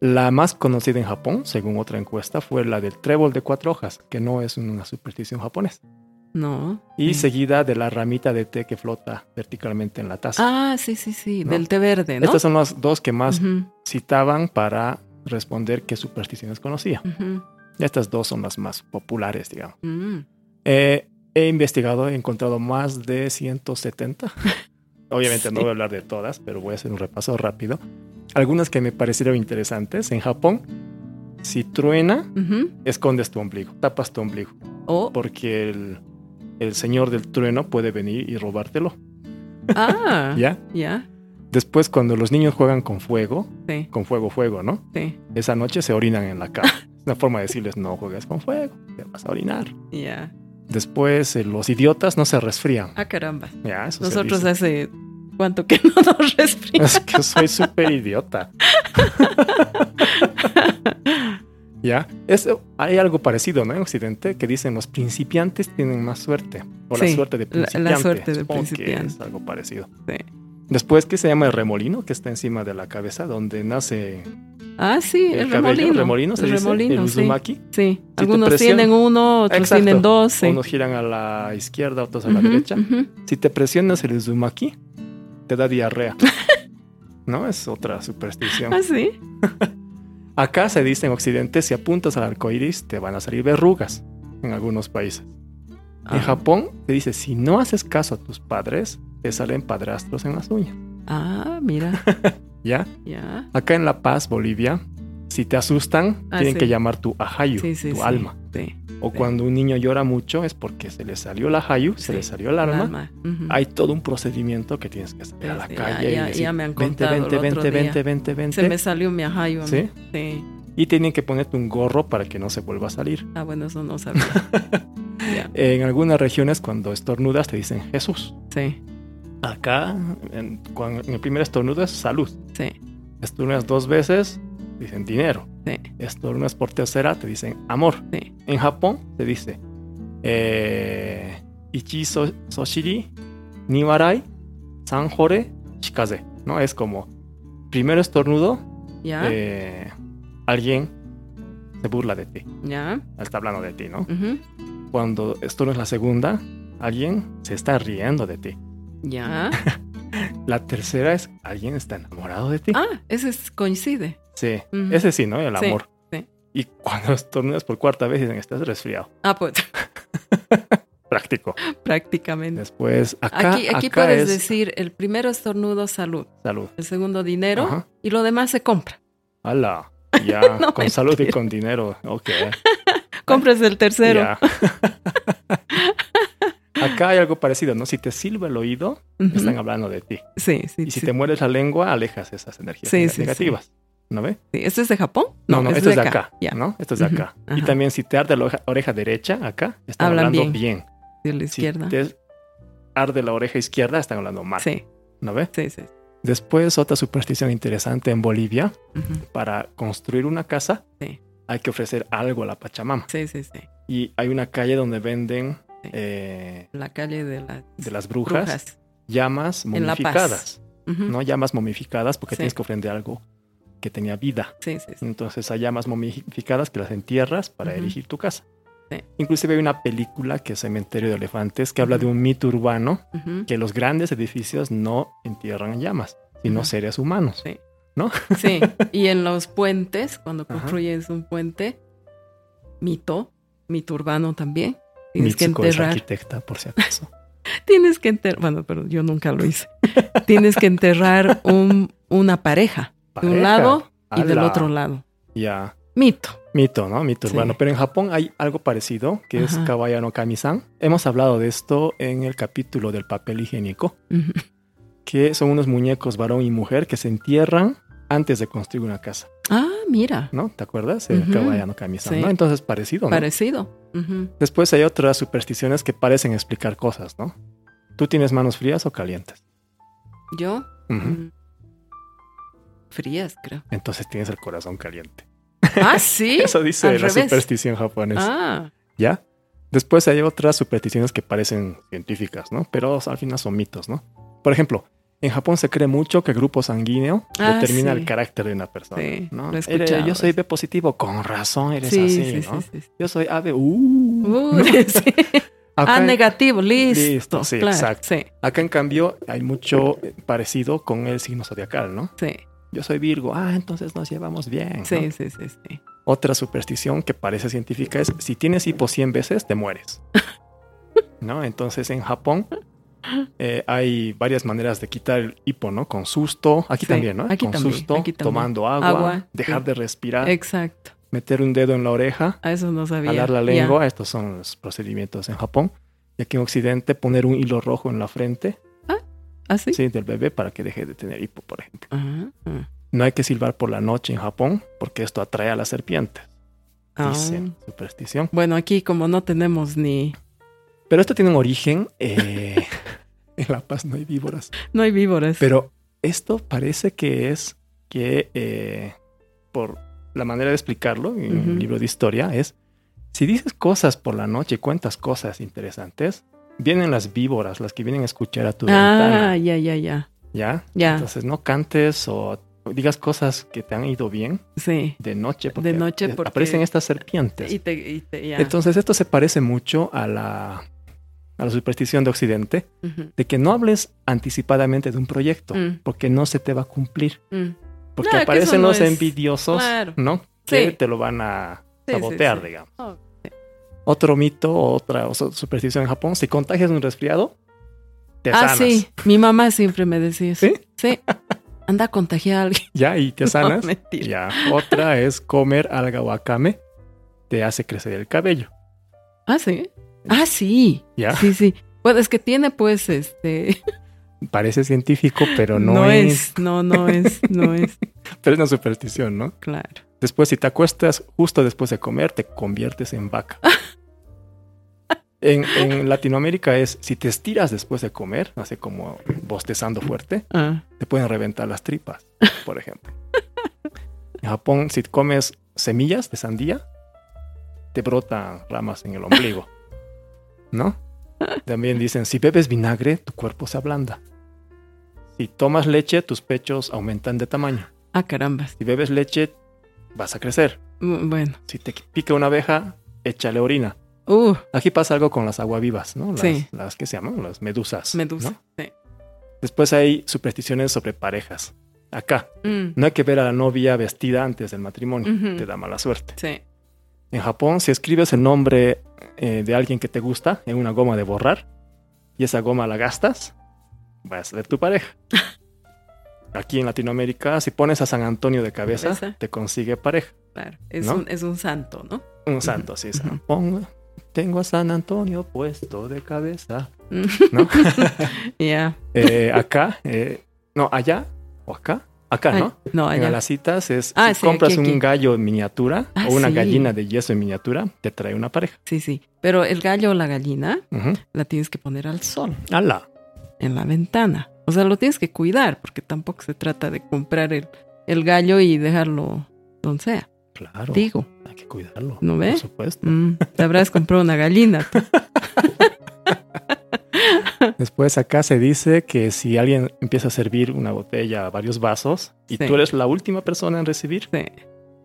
Speaker 1: La más conocida en Japón, según otra encuesta, fue la del trébol de cuatro hojas, que no es una superstición japonesa,
Speaker 2: No.
Speaker 1: y
Speaker 2: Mm.
Speaker 1: seguida de la ramita de té que flota verticalmente en la taza.
Speaker 2: Ah, sí, sí, sí.
Speaker 1: ¿No?
Speaker 2: Del té verde, ¿no?
Speaker 1: Estas son las dos que más
Speaker 2: Ujú,
Speaker 1: citaban para responder qué supersticiones conocía.
Speaker 2: ujú.
Speaker 1: Estas dos son las más populares, digamos.
Speaker 2: Mm.
Speaker 1: Eh, he investigado, he encontrado más de 170. *laughs* Obviamente no
Speaker 2: Sí.
Speaker 1: voy a hablar de todas, pero voy a hacer un repaso rápido. Algunas que me parecieron interesantes. En Japón, si truena,
Speaker 2: Ujú.
Speaker 1: escondes tu ombligo, tapas tu ombligo,
Speaker 2: Oh.
Speaker 1: porque el, el señor del trueno puede venir y robártelo,
Speaker 2: Ah.
Speaker 1: *laughs* ¿ya?
Speaker 2: Ya.
Speaker 1: Después, cuando los niños juegan con fuego,
Speaker 2: Sí,
Speaker 1: con fuego, fuego, ¿no?
Speaker 2: sí.
Speaker 1: Esa noche se orinan en
Speaker 2: *laughs*
Speaker 1: la cama. Es una forma de decirles no juegues con fuego, te vas a orinar.
Speaker 2: Ya.
Speaker 1: Después eh, los idiotas no se resfrían.
Speaker 2: Ah, caramba.
Speaker 1: Ya, eso se
Speaker 2: Nosotros
Speaker 1: dice.
Speaker 2: hace cuánto que *laughs* no nos respiramos.
Speaker 1: *laughs* es que soy súper
Speaker 2: *laughs*
Speaker 1: idiota. ya, es, hay algo parecido, ¿no? En Occidente que dicen los principiantes tienen más suerte o la
Speaker 2: Sí,
Speaker 1: suerte de
Speaker 2: la- la
Speaker 1: principiantes.
Speaker 2: suerte de
Speaker 1: Supongo que
Speaker 2: principiante.
Speaker 1: es algo parecido.
Speaker 2: Sí.
Speaker 1: Después, ¿qué se llama el remolino? Que está encima de la cabeza, donde nace
Speaker 2: Ah, sí,
Speaker 1: el,
Speaker 2: el,
Speaker 1: cabello.
Speaker 2: remolino.
Speaker 1: remolino se
Speaker 2: el
Speaker 1: dice,
Speaker 2: remolino,
Speaker 1: el
Speaker 2: sí.
Speaker 1: uzumaki.
Speaker 2: Sí,
Speaker 1: te
Speaker 2: algunos
Speaker 1: presionan-
Speaker 2: tienen uno, otros
Speaker 1: Exacto.
Speaker 2: tienen dos. sí.
Speaker 1: Unos giran a la izquierda, otros a la
Speaker 2: Ujú,
Speaker 1: derecha.
Speaker 2: ujú.
Speaker 1: Si te presionas el uzumaki, te da
Speaker 2: *laughs*
Speaker 1: diarrea. ¿No? Es otra superstición.
Speaker 2: Ah, sí.
Speaker 1: Acá se dice en Occidente, si apuntas al arco iris, te van a salir verrugas en algunos países. En
Speaker 2: Ah.
Speaker 1: Japón se dice, si no haces caso a tus padres, te salen padrastros en las uñas.
Speaker 2: Ah, mira,
Speaker 1: ¿Ya?
Speaker 2: ya.
Speaker 1: *laughs* Acá en La Paz, Bolivia, si te asustan,
Speaker 2: Ah,
Speaker 1: tienen
Speaker 2: sí.
Speaker 1: que llamar tu ahayu,
Speaker 2: Sí, sí,
Speaker 1: tu
Speaker 2: sí.
Speaker 1: alma.
Speaker 2: Sí.
Speaker 1: O cuando un niño llora mucho es porque se le salió la hayu, se
Speaker 2: Sí,
Speaker 1: le salió el
Speaker 2: el
Speaker 1: alma.
Speaker 2: alma. Ujú.
Speaker 1: Hay todo un procedimiento que tienes que salir a la
Speaker 2: Sí, ya-
Speaker 1: calle
Speaker 2: ya-
Speaker 1: y decir,
Speaker 2: ya me han
Speaker 1: vente,
Speaker 2: contado el
Speaker 1: vente,
Speaker 2: otro
Speaker 1: vente,
Speaker 2: día.
Speaker 1: vente, vente,
Speaker 2: Se me
Speaker 1: vente.
Speaker 2: salió mi ajayo. a mí.
Speaker 1: ¿Sí?
Speaker 2: Sí.
Speaker 1: Y tienen que ponerte un gorro para que no se vuelva a salir.
Speaker 2: Ah, bueno, eso no
Speaker 1: *laughs*
Speaker 2: sabía. ya,
Speaker 1: En algunas regiones cuando estornudas te dicen Jesús.
Speaker 2: sí,
Speaker 1: Acá, en, cuan- en el primer estornudo es salud.
Speaker 2: sí,
Speaker 1: Estornudas dos veces, dicen dinero.
Speaker 2: sí.
Speaker 1: Estornudas por tercera, te dicen amor.
Speaker 2: Sí.
Speaker 1: En Japón te dice eh, Ichi so- Soshiri, Niwarai, Sanjore, Shikaze. ¿No? Es como primero estornudo,
Speaker 2: Ya,
Speaker 1: eh, alguien se burla de ti,
Speaker 2: ya.
Speaker 1: está hablando de ti, ¿no?
Speaker 2: ujú,
Speaker 1: Cuando estornudas la segunda, alguien se está riendo de ti. *laughs*
Speaker 2: Ya.
Speaker 1: La tercera es alguien está enamorado de ti.
Speaker 2: Ah, ese es- coincide.
Speaker 1: Sí,
Speaker 2: Ujú.
Speaker 1: ese sí, ¿no? El
Speaker 2: Sí,
Speaker 1: amor.
Speaker 2: sí.
Speaker 1: Y cuando estornudas por cuarta vez dicen, estás resfriado.
Speaker 2: Ah, pues *laughs*
Speaker 1: Práctico.
Speaker 2: prácticamente.
Speaker 1: Después, acá,
Speaker 2: Aquí, aquí
Speaker 1: acá
Speaker 2: puedes
Speaker 1: es
Speaker 2: decir el primero estornudo salud,
Speaker 1: salud.
Speaker 2: el segundo dinero
Speaker 1: Ajá.
Speaker 2: y lo demás se compra.
Speaker 1: Ala,
Speaker 2: *laughs*
Speaker 1: ya,
Speaker 2: No,
Speaker 1: con salud y
Speaker 2: mentira.
Speaker 1: con dinero. Ok.
Speaker 2: Compras el tercero.
Speaker 1: ya. *laughs* acá hay algo parecido, ¿no? Si te silba el oído,
Speaker 2: Ujú.
Speaker 1: están hablando de ti.
Speaker 2: Sí, sí,
Speaker 1: Y si
Speaker 2: sí.
Speaker 1: te mueres la lengua, alejas esas energías
Speaker 2: Sí,
Speaker 1: neg-
Speaker 2: sí, sí.
Speaker 1: negativas. ¿No ve?
Speaker 2: Sí, ¿Este es de Japón?
Speaker 1: No, no,
Speaker 2: este
Speaker 1: esto es de acá.
Speaker 2: Ya,
Speaker 1: ¿no? Esto es de
Speaker 2: Ujú,
Speaker 1: acá. Y
Speaker 2: ajá.
Speaker 1: también si te arde la oreja, oreja derecha, acá, están
Speaker 2: Hablan
Speaker 1: hablando
Speaker 2: bien.
Speaker 1: bien.
Speaker 2: de la izquierda.
Speaker 1: Si te arde la oreja izquierda, están hablando mal.
Speaker 2: Sí,
Speaker 1: ¿No ve?
Speaker 2: sí, sí.
Speaker 1: Después, otra superstición interesante en Bolivia,
Speaker 2: ujú,
Speaker 1: para construir una casa,
Speaker 2: Sí.
Speaker 1: hay que ofrecer algo a la Pachamama.
Speaker 2: Sí, sí, sí.
Speaker 1: Y hay una calle donde venden
Speaker 2: Sí.
Speaker 1: eh,
Speaker 2: La calle de las
Speaker 1: de las brujas,
Speaker 2: brujas.
Speaker 1: llamas
Speaker 2: En La Paz.
Speaker 1: momificadas.
Speaker 2: Ujú,
Speaker 1: No llamas momificadas porque
Speaker 2: Sí.
Speaker 1: tienes que ofrecer algo que tenía vida.
Speaker 2: Sí, sí, sí.
Speaker 1: Entonces hay llamas momificadas que las entierras para
Speaker 2: Ujú.
Speaker 1: erigir tu casa.
Speaker 2: Sí.
Speaker 1: Inclusive hay una película que es Cementerio de Elefantes que habla de un mito urbano *laughs*
Speaker 2: ujú.
Speaker 1: que los grandes edificios no entierran llamas, sino
Speaker 2: Ujú.
Speaker 1: seres humanos.
Speaker 2: Sí. Sí, y en los puentes, cuando
Speaker 1: Ajá.
Speaker 2: construyes un puente, mito, mito urbano también, tienes
Speaker 1: Mitsuko
Speaker 2: que
Speaker 1: es
Speaker 2: enterrar.
Speaker 1: arquitecta, por si acaso.
Speaker 2: Tienes que enterrar, bueno, pero yo nunca lo hice. tienes que enterrar un, una pareja, de
Speaker 1: Pareja.
Speaker 2: un lado y del
Speaker 1: ¡Hala!
Speaker 2: otro lado.
Speaker 1: Ya.
Speaker 2: Mito.
Speaker 1: Mito, ¿no? Mito
Speaker 2: Sí.
Speaker 1: urbano. Pero en Japón hay algo parecido, que es
Speaker 2: Ajá.
Speaker 1: Kabayano Kamisan. Hemos hablado de esto en el capítulo del papel higiénico,
Speaker 2: Ujú.
Speaker 1: que son unos muñecos varón y mujer que se entierran antes de construir una casa,
Speaker 2: Ah, mira,
Speaker 1: ¿no? ¿Te acuerdas? El
Speaker 2: Ujú.
Speaker 1: Kabayano Kamisan,
Speaker 2: Sí.
Speaker 1: ¿no? Entonces parecido, ¿no?
Speaker 2: parecido. Ujú.
Speaker 1: Después hay otras supersticiones que parecen explicar cosas, ¿no? ¿Tú tienes manos frías o calientes?
Speaker 2: Yo,
Speaker 1: Ujú.
Speaker 2: mm, frías, creo.
Speaker 1: Entonces tienes el corazón caliente.
Speaker 2: Ah, sí.
Speaker 1: *laughs* Eso dice
Speaker 2: Al
Speaker 1: la
Speaker 2: revés.
Speaker 1: superstición japonesa.
Speaker 2: Ah,
Speaker 1: ¿Ya? Después hay otras supersticiones que parecen científicas, ¿no? Pero al final son mitos, ¿no? Por ejemplo, en Japón se cree mucho que el grupo sanguíneo
Speaker 2: Ah,
Speaker 1: determina
Speaker 2: sí.
Speaker 1: el carácter de una persona.
Speaker 2: Sí,
Speaker 1: ¿no?
Speaker 2: lo he
Speaker 1: Eres-
Speaker 2: escuchado
Speaker 1: yo soy
Speaker 2: eso.
Speaker 1: B positivo, con razón eres
Speaker 2: sí,
Speaker 1: así,
Speaker 2: sí, sí,
Speaker 1: ¿no?
Speaker 2: sí, sí.
Speaker 1: Yo soy AB, uh,
Speaker 2: Uh,
Speaker 1: ¿no?
Speaker 2: sí.
Speaker 1: *laughs* Acá,
Speaker 2: Ah, negativo, listo.
Speaker 1: Listo, sí,
Speaker 2: claro,
Speaker 1: exacto.
Speaker 2: Sí,
Speaker 1: acá, en cambio hay mucho eh, parecido con el signo zodiacal, ¿no?
Speaker 2: sí,
Speaker 1: Yo soy Virgo, ah, entonces nos llevamos bien. ¿no?
Speaker 2: sí, sí, sí, sí.
Speaker 1: Otra superstición que parece científica es si tienes hipo 100 veces, te
Speaker 2: *laughs*
Speaker 1: mueres. ¿No? Entonces en Japón eh, hay varias maneras de quitar el hipo, ¿no? Con susto, aquí
Speaker 2: Sí,
Speaker 1: también, ¿no?
Speaker 2: aquí
Speaker 1: Con
Speaker 2: también,
Speaker 1: susto,
Speaker 2: aquí también.
Speaker 1: tomando agua,
Speaker 2: Agua,
Speaker 1: dejar
Speaker 2: sí.
Speaker 1: de respirar,
Speaker 2: Exacto.
Speaker 1: meter un dedo en la oreja,
Speaker 2: A eso no sabía.
Speaker 1: Ah. jalar la
Speaker 2: Ya.
Speaker 1: lengua. Estos son los procedimientos en Japón. Y aquí en Occidente poner un hilo rojo en la frente
Speaker 2: ¿Ah, sí? Ah,
Speaker 1: ¿sí? del bebé para que deje de tener hipo, por ejemplo.
Speaker 2: Ajá, ajá.
Speaker 1: No hay que silbar por la noche en Japón porque esto atrae a las serpientes,
Speaker 2: Ah.
Speaker 1: dicen, superstición.
Speaker 2: Bueno, aquí como no tenemos ni...
Speaker 1: Pero esto tiene un origen. eh, en La Paz no hay víboras.
Speaker 2: No hay víboras.
Speaker 1: Pero esto parece que es que, eh, por la manera de explicarlo en
Speaker 2: Ujú.
Speaker 1: un libro de historia, es si dices cosas por la noche y cuentas cosas interesantes, vienen las víboras, las que vienen a escuchar a tu
Speaker 2: ah,
Speaker 1: ventana.
Speaker 2: ya, ya, ya.
Speaker 1: ¿Ya?
Speaker 2: Ya.
Speaker 1: Entonces no cantes o digas cosas que te han ido bien
Speaker 2: Sí.
Speaker 1: de noche porque,
Speaker 2: De noche
Speaker 1: te-
Speaker 2: porque-
Speaker 1: aparecen estas serpientes.
Speaker 2: Y te, y te- ya.
Speaker 1: Entonces esto se parece mucho a la, a la superstición de Occidente,
Speaker 2: Ujú.
Speaker 1: de que no hables anticipadamente de un proyecto
Speaker 2: Mm.
Speaker 1: porque no se te va a cumplir.
Speaker 2: Mm.
Speaker 1: Porque
Speaker 2: No, que eso
Speaker 1: aparecen
Speaker 2: no
Speaker 1: los
Speaker 2: es-
Speaker 1: envidiosos,
Speaker 2: claro.
Speaker 1: ¿no? Que
Speaker 2: Sí.
Speaker 1: te lo van a
Speaker 2: Sí, sí,
Speaker 1: sabotear,
Speaker 2: sí.
Speaker 1: digamos.
Speaker 2: Oh, sí.
Speaker 1: Otro mito, otra o sea, superstición en Japón, si contagias un resfriado, te
Speaker 2: Ah,
Speaker 1: sanas.
Speaker 2: sí. Mi mamá siempre me decía eso.
Speaker 1: ¿Sí?
Speaker 2: Sí. Anda a contagiar a alguien.
Speaker 1: Ya, y te *laughs* sanas.
Speaker 2: *laughs* No, mentira.
Speaker 1: ya.
Speaker 2: *laughs*
Speaker 1: Otra es comer alga wakame, te hace crecer el cabello.
Speaker 2: Ah, sí. Ah, sí.
Speaker 1: Ya,
Speaker 2: Sí, sí. Bueno, es que tiene pues este.
Speaker 1: parece científico, pero no, es.
Speaker 2: No, no es. No es. *laughs*
Speaker 1: Pero es una superstición, ¿no?
Speaker 2: Claro.
Speaker 1: Después, si te acuestas justo después de comer, te conviertes en vaca. En, en Latinoamérica es si te estiras después de comer, así como bostezando fuerte,
Speaker 2: Ah,
Speaker 1: te pueden reventar las tripas, por ejemplo. En Japón, si comes semillas de sandía, te brotan ramas en el ombligo. ¿No? También dicen, si bebes vinagre, tu cuerpo se ablanda. Si tomas leche, tus pechos aumentan de tamaño.
Speaker 2: ah carambas.
Speaker 1: Si bebes leche, vas a crecer.
Speaker 2: Mm, Bueno.
Speaker 1: Si te pica una abeja, échale orina.
Speaker 2: Uh,
Speaker 1: Aquí pasa algo con las aguavivas, ¿no? Las,
Speaker 2: Sí.
Speaker 1: las que se llaman, las medusas.
Speaker 2: medusa.
Speaker 1: ¿no?
Speaker 2: Sí.
Speaker 1: Después hay supersticiones sobre parejas. Acá,
Speaker 2: Mm,
Speaker 1: no hay que ver a la novia vestida antes del matrimonio.
Speaker 2: Ujú.
Speaker 1: Te da mala suerte.
Speaker 2: sí.
Speaker 1: En Japón, si escribes el nombre eh, de alguien que te gusta en una goma de borrar y esa goma la gastas, vas a ver tu
Speaker 2: *laughs*
Speaker 1: pareja. Aquí en Latinoamérica, si pones a San Antonio de cabeza,
Speaker 2: Cabeza.
Speaker 1: te consigue pareja.
Speaker 2: Claro. Es,
Speaker 1: ¿No?
Speaker 2: un, es un santo,
Speaker 1: *laughs*
Speaker 2: ¿no?
Speaker 1: Un santo, sí, San.
Speaker 2: ujú.
Speaker 1: Pongo- Tengo a San Antonio puesto de cabeza.
Speaker 2: Mm.
Speaker 1: ¿No? *laughs*
Speaker 2: Ya.
Speaker 1: Eh, acá, eh, no, allá o acá. Acá,
Speaker 2: Ay,
Speaker 1: ¿no?
Speaker 2: No,
Speaker 1: En
Speaker 2: allá.
Speaker 1: las citas es
Speaker 2: Ah,
Speaker 1: si
Speaker 2: sí,
Speaker 1: compras
Speaker 2: aquí, aquí.
Speaker 1: un gallo en miniatura
Speaker 2: Ah,
Speaker 1: o una
Speaker 2: sí.
Speaker 1: gallina de yeso en miniatura, te trae una pareja.
Speaker 2: Sí, sí. Pero el gallo o la gallina
Speaker 1: Ujú.
Speaker 2: la tienes que poner al sol,
Speaker 1: ¡Hala!
Speaker 2: en la ventana. O sea, lo tienes que cuidar, porque tampoco se trata de comprar el, el gallo y dejarlo donde sea.
Speaker 1: Claro.
Speaker 2: Digo,
Speaker 1: Hay que cuidarlo.
Speaker 2: ¿No ve?
Speaker 1: Por supuesto.
Speaker 2: Mm, te habrás comprado una gallina. *laughs* tú.
Speaker 1: Después acá se dice que si alguien empieza a servir una botella, varios vasos, y
Speaker 2: Sí.
Speaker 1: tú eres la última persona en recibir,
Speaker 2: Sí,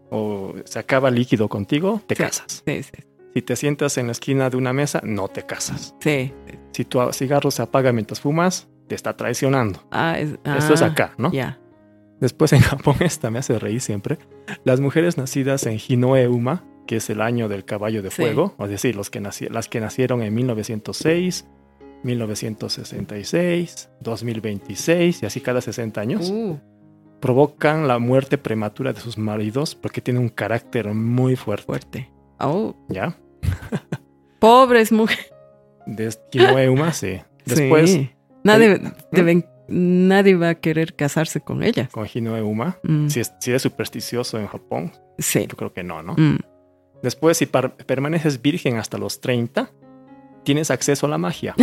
Speaker 1: o se acaba el líquido contigo, te
Speaker 2: Sí.
Speaker 1: casas.
Speaker 2: sí, sí.
Speaker 1: Si te sientas en la esquina de una mesa, no te casas.
Speaker 2: sí.
Speaker 1: Si tu cigarro se apaga mientras fumas, te está traicionando.
Speaker 2: Ah, es,
Speaker 1: Esto es
Speaker 2: ah,
Speaker 1: acá, ¿no?
Speaker 2: Ya.
Speaker 1: Después en *laughs* Japón, esta me hace reír siempre. Las mujeres nacidas en Hinoeuma, que es el año del caballo de
Speaker 2: Sí.
Speaker 1: fuego, es decir, los que naci- las que nacieron en 1906, 1966, 2026 y así cada 60 años,
Speaker 2: Uh,
Speaker 1: provocan la muerte prematura de sus maridos porque tienen un carácter muy fuerte,
Speaker 2: fuerte. Oh,
Speaker 1: ¿ya?
Speaker 2: pobres mujeres.
Speaker 1: De Hinoeuma, sí. Después ¿eh?
Speaker 2: Sí. Nadie, deben- nadie va a querer casarse con ellas.
Speaker 1: con Hinoeuma,
Speaker 2: Mm,
Speaker 1: si, es- si eres supersticioso en Japón,
Speaker 2: sí.
Speaker 1: yo creo que no, ¿no?
Speaker 2: Mm,
Speaker 1: Después, si par- permaneces virgen hasta los 30, tienes acceso a la
Speaker 2: *laughs*
Speaker 1: magia.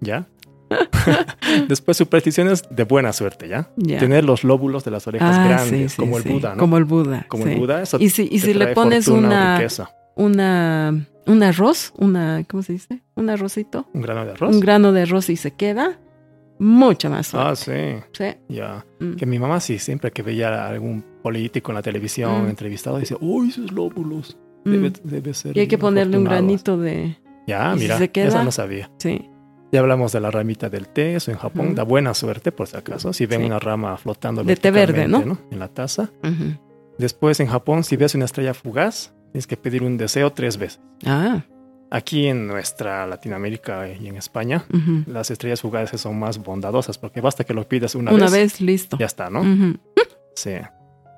Speaker 1: ¿Ya? *laughs* Después, supersticiones de buena suerte, ¿ya?
Speaker 2: ya.
Speaker 1: Tener los lóbulos de las orejas
Speaker 2: Ah,
Speaker 1: grandes,
Speaker 2: sí, sí,
Speaker 1: como el
Speaker 2: sí.
Speaker 1: Buda, ¿no? Como,
Speaker 2: Como el Buda. sí.
Speaker 1: el Buda, eso
Speaker 2: Y si, y
Speaker 1: te
Speaker 2: si le
Speaker 1: trae
Speaker 2: pones
Speaker 1: fortuna,
Speaker 2: una,
Speaker 1: riqueza,
Speaker 2: una, un arroz, una, ¿cómo se dice? Un arrocito,
Speaker 1: un grano de arroz.
Speaker 2: un grano de arroz y se queda, mucha más
Speaker 1: ah,
Speaker 2: suerte.
Speaker 1: sí,
Speaker 2: Sí.
Speaker 1: ya.
Speaker 2: Mm.
Speaker 1: Que mi mamá sí, siempre que veía a algún político en la televisión
Speaker 2: Mm.
Speaker 1: entrevistado, dice, uy, esos lóbulos,
Speaker 2: Mm.
Speaker 1: debe, debe ser.
Speaker 2: Y hay que ponerle un
Speaker 1: afortunados".
Speaker 2: granito de...
Speaker 1: Ya,
Speaker 2: ¿Y si
Speaker 1: mira,
Speaker 2: se queda?
Speaker 1: eso no sabía.
Speaker 2: Sí,
Speaker 1: Ya hablamos de la ramita del té, eso en Japón
Speaker 2: Ujú.
Speaker 1: da buena suerte, por si acaso, si ven
Speaker 2: Sí.
Speaker 1: una rama flotando.
Speaker 2: De té verde,
Speaker 1: verticalmente, En la taza.
Speaker 2: Ujú.
Speaker 1: Después en Japón, si ves una estrella fugaz, tienes que pedir un deseo tres veces.
Speaker 2: Ah,
Speaker 1: Aquí en nuestra Latinoamérica y en España,
Speaker 2: ujú.
Speaker 1: las estrellas fugaces son más bondadosas, porque basta que lo pidas una,
Speaker 2: una, vez, listo.
Speaker 1: ya está, ¿no?
Speaker 2: Ujú.
Speaker 1: Sí.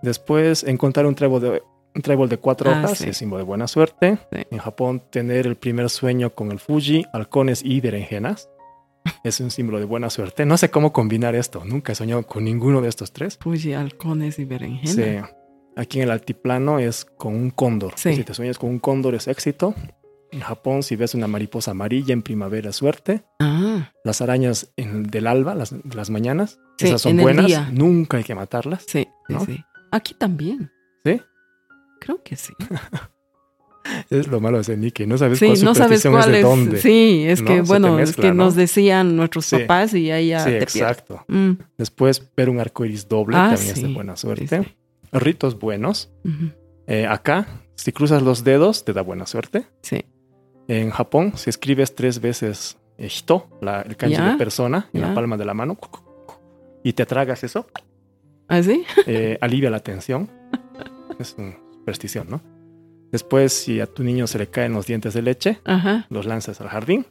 Speaker 1: Después, encontrar un trébol de, un trébol de cuatro
Speaker 2: Ah,
Speaker 1: hojas
Speaker 2: sí.
Speaker 1: es símbolo de buena suerte.
Speaker 2: Sí.
Speaker 1: En Japón, tener el primer sueño con el Fuji, halcones y berenjenas
Speaker 2: *laughs*
Speaker 1: es un símbolo de buena suerte. No sé cómo combinar esto. Nunca he soñado con ninguno de estos tres.
Speaker 2: Fuji, Pues halcones y berenjena.
Speaker 1: Sí. Aquí en el altiplano es con un cóndor.
Speaker 2: Sí.
Speaker 1: Si te sueñas con un cóndor es éxito. En Japón, si ves una mariposa amarilla en primavera, es suerte.
Speaker 2: Ah,
Speaker 1: Las arañas en- del alba, las, de las mañanas,
Speaker 2: Sí,
Speaker 1: esas son
Speaker 2: en el
Speaker 1: buenas.
Speaker 2: día.
Speaker 1: Nunca hay que matarlas.
Speaker 2: sí, sí,
Speaker 1: ¿No?
Speaker 2: sí. Aquí también,
Speaker 1: ¿Sí?
Speaker 2: creo que sí.
Speaker 1: Es lo malo de ser Nikkei, no sabes
Speaker 2: Sí,
Speaker 1: cuál
Speaker 2: no sabes
Speaker 1: superstición
Speaker 2: cuál
Speaker 1: es de
Speaker 2: es.
Speaker 1: dónde.
Speaker 2: Sí, es
Speaker 1: ¿no?
Speaker 2: que
Speaker 1: Se te
Speaker 2: bueno, es
Speaker 1: mezcla,
Speaker 2: que
Speaker 1: ¿no?
Speaker 2: nos decían nuestros
Speaker 1: Sí.
Speaker 2: papás y ahí ya
Speaker 1: Sí,
Speaker 2: te pierdes.
Speaker 1: exacto.
Speaker 2: Mm,
Speaker 1: Después ver un arco iris doble
Speaker 2: Ah,
Speaker 1: también es de
Speaker 2: sí,
Speaker 1: buena
Speaker 2: sí,
Speaker 1: suerte.
Speaker 2: sí.
Speaker 1: Ritos buenos.
Speaker 2: Ujú,
Speaker 1: Eh, acá, si cruzas los dedos, te da buena suerte.
Speaker 2: Sí.
Speaker 1: En Japón, si escribes tres veces eh, hito, la- el kanji
Speaker 2: Ya,
Speaker 1: de persona, en la
Speaker 2: ya.
Speaker 1: palma de la mano, y te tragas
Speaker 2: *laughs*
Speaker 1: eso,
Speaker 2: ¿Así?
Speaker 1: eh, alivia la tensión. Es una superstición, ¿no? Después, si a tu niño se le caen los dientes de leche,
Speaker 2: Ajá.
Speaker 1: los lanzas al jardín.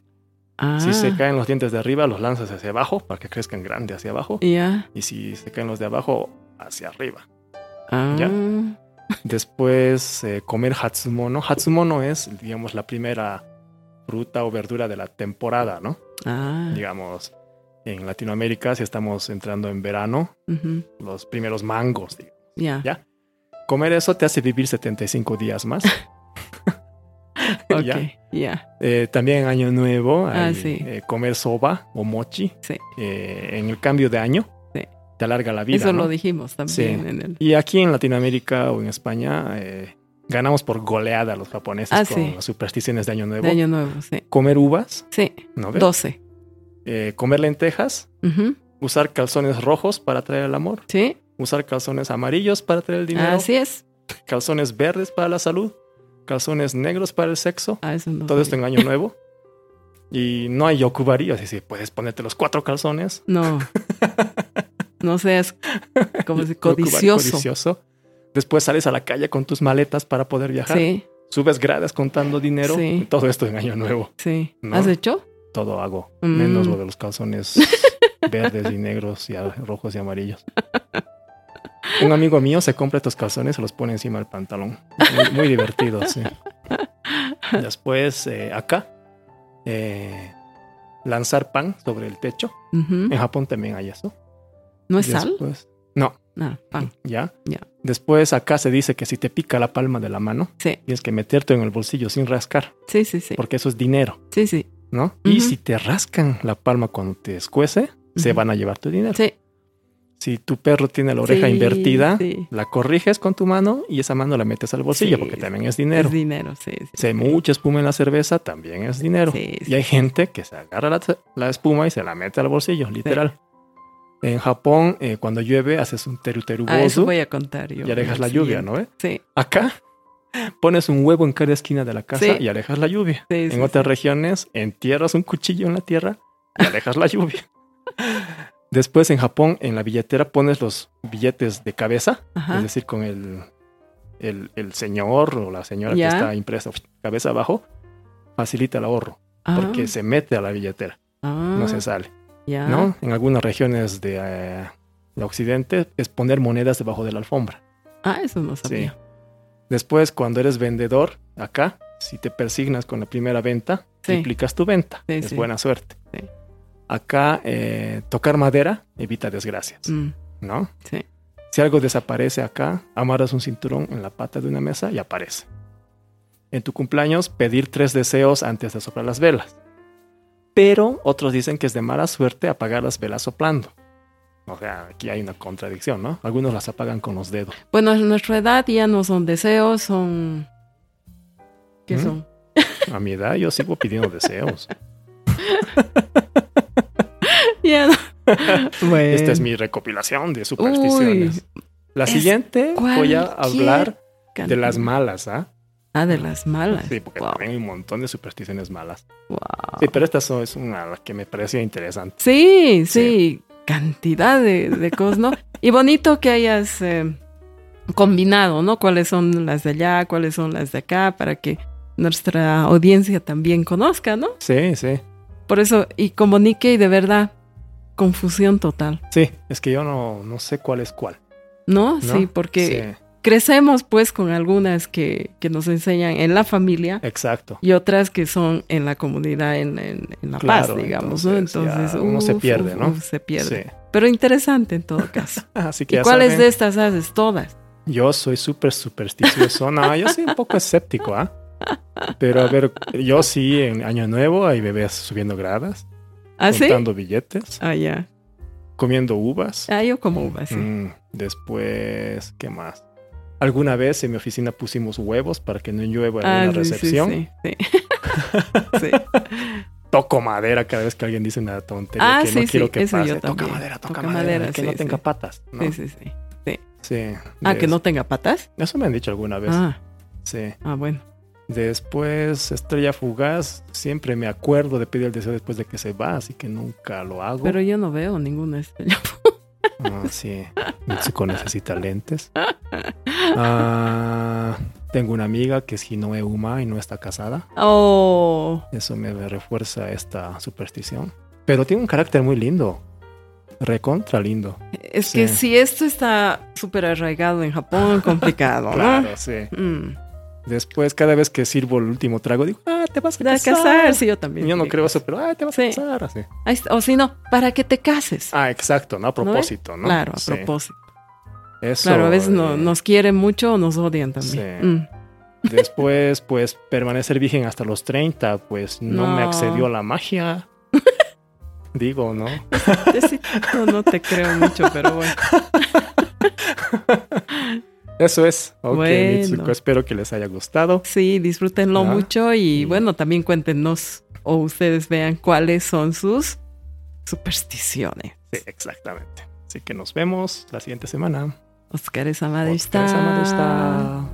Speaker 2: Ah,
Speaker 1: Si se caen los dientes de arriba, los lanzas hacia abajo para que crezcan grande hacia abajo.
Speaker 2: Ya.
Speaker 1: Y si se caen los de abajo, hacia arriba. *laughs*
Speaker 2: Ah,
Speaker 1: Ya. Después, eh, comer Hatsumono. Hatsumono es, digamos, la primera fruta o verdura de la temporada, ¿no?
Speaker 2: ah,
Speaker 1: Digamos, en Latinoamérica, si estamos entrando en verano,
Speaker 2: ujú,
Speaker 1: los primeros mangos. digamos.
Speaker 2: Ya.
Speaker 1: Ya. Comer eso te hace vivir 75 días
Speaker 2: *laughs*
Speaker 1: más. *laughs*
Speaker 2: Ok.
Speaker 1: Ya.
Speaker 2: Ya.
Speaker 1: Eh, también en Año Nuevo,
Speaker 2: Ah,
Speaker 1: hay,
Speaker 2: sí.
Speaker 1: eh, comer soba o mochi.
Speaker 2: Sí.
Speaker 1: Eh, en el cambio de año,
Speaker 2: Sí.
Speaker 1: te alarga la vida.
Speaker 2: Eso
Speaker 1: ¿no?
Speaker 2: lo dijimos también en el.
Speaker 1: Y aquí en Latinoamérica o en España eh, ganamos por goleada a los japoneses
Speaker 2: Ah,
Speaker 1: con
Speaker 2: sí.
Speaker 1: las supersticiones de Año Nuevo.
Speaker 2: de Año Nuevo, sí.
Speaker 1: Comer uvas,
Speaker 2: Sí,
Speaker 1: ¿no ves?
Speaker 2: 12.
Speaker 1: Eh, comer lentejas,
Speaker 2: Ujú,
Speaker 1: usar calzones rojos para traer el amor,
Speaker 2: Sí,
Speaker 1: usar calzones amarillos para
Speaker 2: Ah,
Speaker 1: traer el dinero,
Speaker 2: así es.
Speaker 1: calzones verdes para la salud, calzones negros para el sexo.
Speaker 2: Ah, eso no
Speaker 1: Todo esto
Speaker 2: sabía.
Speaker 1: en
Speaker 2: *laughs*
Speaker 1: Año Nuevo. Y no hay yokubari, así que puedes ponerte los cuatro calzones. *laughs*
Speaker 2: No. No seas como si
Speaker 1: Yokubari,
Speaker 2: codicioso.
Speaker 1: codicioso. Después sales a la calle con tus maletas para poder viajar.
Speaker 2: Sí,
Speaker 1: subes gradas contando dinero.
Speaker 2: Sí.
Speaker 1: Todo esto en Año Nuevo.
Speaker 2: sí.
Speaker 1: No.
Speaker 2: ¿Has hecho?
Speaker 1: Todo hago.
Speaker 2: Mm.
Speaker 1: Menos lo de los
Speaker 2: *laughs*
Speaker 1: calzones verdes y negros y a- rojos y amarillos. Un amigo mío se compra estos calzones, se los pone encima del pantalón. Muy, muy divertido,
Speaker 2: *laughs*
Speaker 1: sí. Después, eh, acá, eh, lanzar pan sobre el techo.
Speaker 2: Ujú.
Speaker 1: En Japón también hay eso.
Speaker 2: ¿No es sal?
Speaker 1: Después- No,
Speaker 2: No, pan.
Speaker 1: ya.
Speaker 2: Ya.
Speaker 1: Después acá se dice que si te pica la palma de la mano,
Speaker 2: Sí,
Speaker 1: tienes que meterte en el bolsillo sin rascar,
Speaker 2: sí, sí, sí.
Speaker 1: porque eso es dinero.
Speaker 2: Sí, sí.
Speaker 1: ¿no? Y
Speaker 2: Ujú.
Speaker 1: si te rascan la palma cuando te escuece, se
Speaker 2: Ujú.
Speaker 1: van a llevar tu dinero.
Speaker 2: Sí.
Speaker 1: Si tu perro tiene la oreja
Speaker 2: sí,
Speaker 1: invertida,
Speaker 2: sí.
Speaker 1: la corriges con tu mano y esa mano la metes al bolsillo
Speaker 2: Sí,
Speaker 1: porque
Speaker 2: sí.
Speaker 1: también es dinero.
Speaker 2: Es dinero, sí. sí.
Speaker 1: Si hay mucha espuma en la cerveza, también es dinero.
Speaker 2: Sí, sí.
Speaker 1: Y hay gente que se agarra la, la espuma y se la mete al bolsillo, literal. En Japón, eh, cuando llueve, haces un teru teru
Speaker 2: Ah, eso
Speaker 1: bozu
Speaker 2: voy a contar yo.
Speaker 1: y alejas
Speaker 2: en
Speaker 1: la
Speaker 2: el
Speaker 1: lluvia,
Speaker 2: siguiente.
Speaker 1: ¿no? eh?
Speaker 2: Sí,
Speaker 1: Acá pones un huevo en cada esquina de la casa
Speaker 2: Sí.
Speaker 1: y alejas la lluvia.
Speaker 2: sí,
Speaker 1: En
Speaker 2: sí,
Speaker 1: otras regiones entierras un cuchillo en la tierra y alejas la lluvia. *laughs* Después en Japón, en la billetera pones los billetes de cabeza,
Speaker 2: sí. Ajá.
Speaker 1: es decir, con el, el, el señor o la señora
Speaker 2: Ya.
Speaker 1: que está impresa cabeza abajo, facilita el ahorro porque
Speaker 2: Ah,
Speaker 1: se mete a la billetera,
Speaker 2: ah,
Speaker 1: no se sale.
Speaker 2: ya.
Speaker 1: ¿no? En algunas regiones de, eh, de Occidente es poner monedas debajo de la alfombra.
Speaker 2: Ah, eso no
Speaker 1: Sí.
Speaker 2: sabía.
Speaker 1: Después, cuando eres vendedor, acá, si te persignas con la primera venta,
Speaker 2: Sí.
Speaker 1: triplicas tu venta.
Speaker 2: Sí,
Speaker 1: es
Speaker 2: sí.
Speaker 1: buena suerte.
Speaker 2: Sí.
Speaker 1: Acá, eh, tocar madera evita desgracias,
Speaker 2: Mm,
Speaker 1: ¿no?
Speaker 2: sí.
Speaker 1: Si algo desaparece acá, amarras un cinturón en la pata de una mesa y aparece. En tu cumpleaños, pedir tres deseos antes de soplar las velas. Pero otros dicen que es de mala suerte apagar las velas soplando. O sea, aquí hay una contradicción, ¿no? Algunos las apagan con los dedos.
Speaker 2: Bueno, en nuestra edad ya no son deseos, son. ¿Qué
Speaker 1: ¿Mm?
Speaker 2: son? *laughs*
Speaker 1: A mi edad yo sigo pidiendo deseos. *laughs*
Speaker 2: Ya no. bueno.
Speaker 1: Esta es mi recopilación de supersticiones. La
Speaker 2: Eh, es
Speaker 1: siguiente voy a
Speaker 2: cualquier
Speaker 1: hablar de
Speaker 2: cantidad.
Speaker 1: las malas, ¿ah?
Speaker 2: Ah, de las malas.
Speaker 1: Sí, porque
Speaker 2: Wow,
Speaker 1: también hay un montón de supersticiones malas.
Speaker 2: wow.
Speaker 1: Sí, pero esta so- es una la que me pareció interesante.
Speaker 2: Sí, sí,
Speaker 1: Sí.
Speaker 2: cantidad de, de cosas, ¿no? Y bonito que hayas eh, combinado, ¿no? Cuáles son las de allá, cuáles son las de acá, para que nuestra audiencia también conozca, ¿no?
Speaker 1: Sí, sí.
Speaker 2: Por eso, y como Nikkei, de verdad, confusión total,
Speaker 1: Sí, es que yo no, no sé cuál es cuál.
Speaker 2: ¿no?
Speaker 1: ¿no?
Speaker 2: Sí, porque crecemos pues con algunas que, que nos enseñan en la familia
Speaker 1: Sí, exacto.
Speaker 2: y otras que son en la comunidad, en, en- en La Paz,
Speaker 1: Claro,
Speaker 2: digamos,
Speaker 1: entonces,
Speaker 2: ¿no?
Speaker 1: ya
Speaker 2: Entonces,
Speaker 1: uno se
Speaker 2: uf,
Speaker 1: pierde,
Speaker 2: uf,
Speaker 1: ¿no?
Speaker 2: uf, se pierde.
Speaker 1: Sí. Ah, eh?
Speaker 2: Pero interesante
Speaker 1: *laughs*
Speaker 2: en todo caso.
Speaker 1: Así que
Speaker 2: ¿Y
Speaker 1: ya
Speaker 2: cuáles
Speaker 1: saben,
Speaker 2: de estas haces? Todas.
Speaker 1: yo soy súper supersticioso. No, yo soy un poco escéptico, ¿ah? Pero a ver, yo sí, en Año Nuevo hay bebés subiendo gradas,
Speaker 2: ¿Ah, sí?
Speaker 1: contando billetes,
Speaker 2: Ah, ya.
Speaker 1: comiendo uvas.
Speaker 2: Ah, yo como uvas. sí.
Speaker 1: Mm, después, ¿qué más? Alguna vez en mi oficina pusimos huevos para que no llueva en la
Speaker 2: Ah, sí, sí,
Speaker 1: recepción.
Speaker 2: sí,
Speaker 1: *laughs*
Speaker 2: sí. Sí.
Speaker 1: Toco madera cada vez que alguien dice una tontería
Speaker 2: Ah,
Speaker 1: que no
Speaker 2: sí,
Speaker 1: quiero
Speaker 2: sí,
Speaker 1: que
Speaker 2: eso
Speaker 1: pase.
Speaker 2: yo
Speaker 1: toca
Speaker 2: también.
Speaker 1: madera, toca,
Speaker 2: Toca
Speaker 1: madera,
Speaker 2: madera,
Speaker 1: que
Speaker 2: sí,
Speaker 1: no tenga
Speaker 2: sí.
Speaker 1: patas. ¿no?
Speaker 2: sí, sí, sí.
Speaker 1: Sí,
Speaker 2: Ah, que
Speaker 1: des-
Speaker 2: no tenga patas.
Speaker 1: Eso me han dicho alguna vez.
Speaker 2: Ah,
Speaker 1: Sí.
Speaker 2: ah, bueno.
Speaker 1: Después, Estrella Fugaz, siempre me acuerdo de pedir el deseo después de que se va, así que nunca lo hago.
Speaker 2: Pero yo no veo ninguna estrella.
Speaker 1: Ah, sí. Mitsuko necesita
Speaker 2: *laughs*
Speaker 1: lentes. Ah, tengo una amiga que es Hinoe Uma y no está casada.
Speaker 2: Oh,
Speaker 1: Eso me refuerza esta superstición. Pero tiene un carácter muy lindo. Recontra lindo.
Speaker 2: es
Speaker 1: Sí.
Speaker 2: que si esto está súper arraigado
Speaker 1: *laughs*
Speaker 2: en Japón, complicado, ¿no?
Speaker 1: Claro, Pues sí.
Speaker 2: Mm.
Speaker 1: Después, cada vez que sirvo el último trago, digo, ah, te vas a
Speaker 2: De
Speaker 1: casar.
Speaker 2: casar, sí, yo también.
Speaker 1: Yo no
Speaker 2: digo.
Speaker 1: creo eso, pero ah, te vas a
Speaker 2: Sí.
Speaker 1: casar. Así.
Speaker 2: Ahí está. O si no, para que te cases.
Speaker 1: Ah, exacto, ¿no? A propósito, ¿no?
Speaker 2: Claro, a
Speaker 1: Sí.
Speaker 2: propósito.
Speaker 1: Eso,
Speaker 2: Claro, a veces no-
Speaker 1: eh,
Speaker 2: nos quieren mucho o nos odian también.
Speaker 1: Sí.
Speaker 2: Mm.
Speaker 1: *laughs* Después, pues, permanecer virgen hasta los 30, pues no, me
Speaker 2: No.
Speaker 1: accedió a la
Speaker 2: *laughs*
Speaker 1: magia. Digo, ¿no?
Speaker 2: Yo no te creo mucho, pero bueno.
Speaker 1: Eso es. Ok,
Speaker 2: Bueno.
Speaker 1: Mitsuko, espero que les haya gustado.
Speaker 2: Sí, disfrútenlo
Speaker 1: Ah.
Speaker 2: mucho y
Speaker 1: Mm.
Speaker 2: bueno, también cuéntenos o ustedes vean cuáles son sus supersticiones.
Speaker 1: Sí, exactamente. Así que nos vemos la siguiente semana.
Speaker 2: Oscar es
Speaker 1: Otra vez, Amadeo está.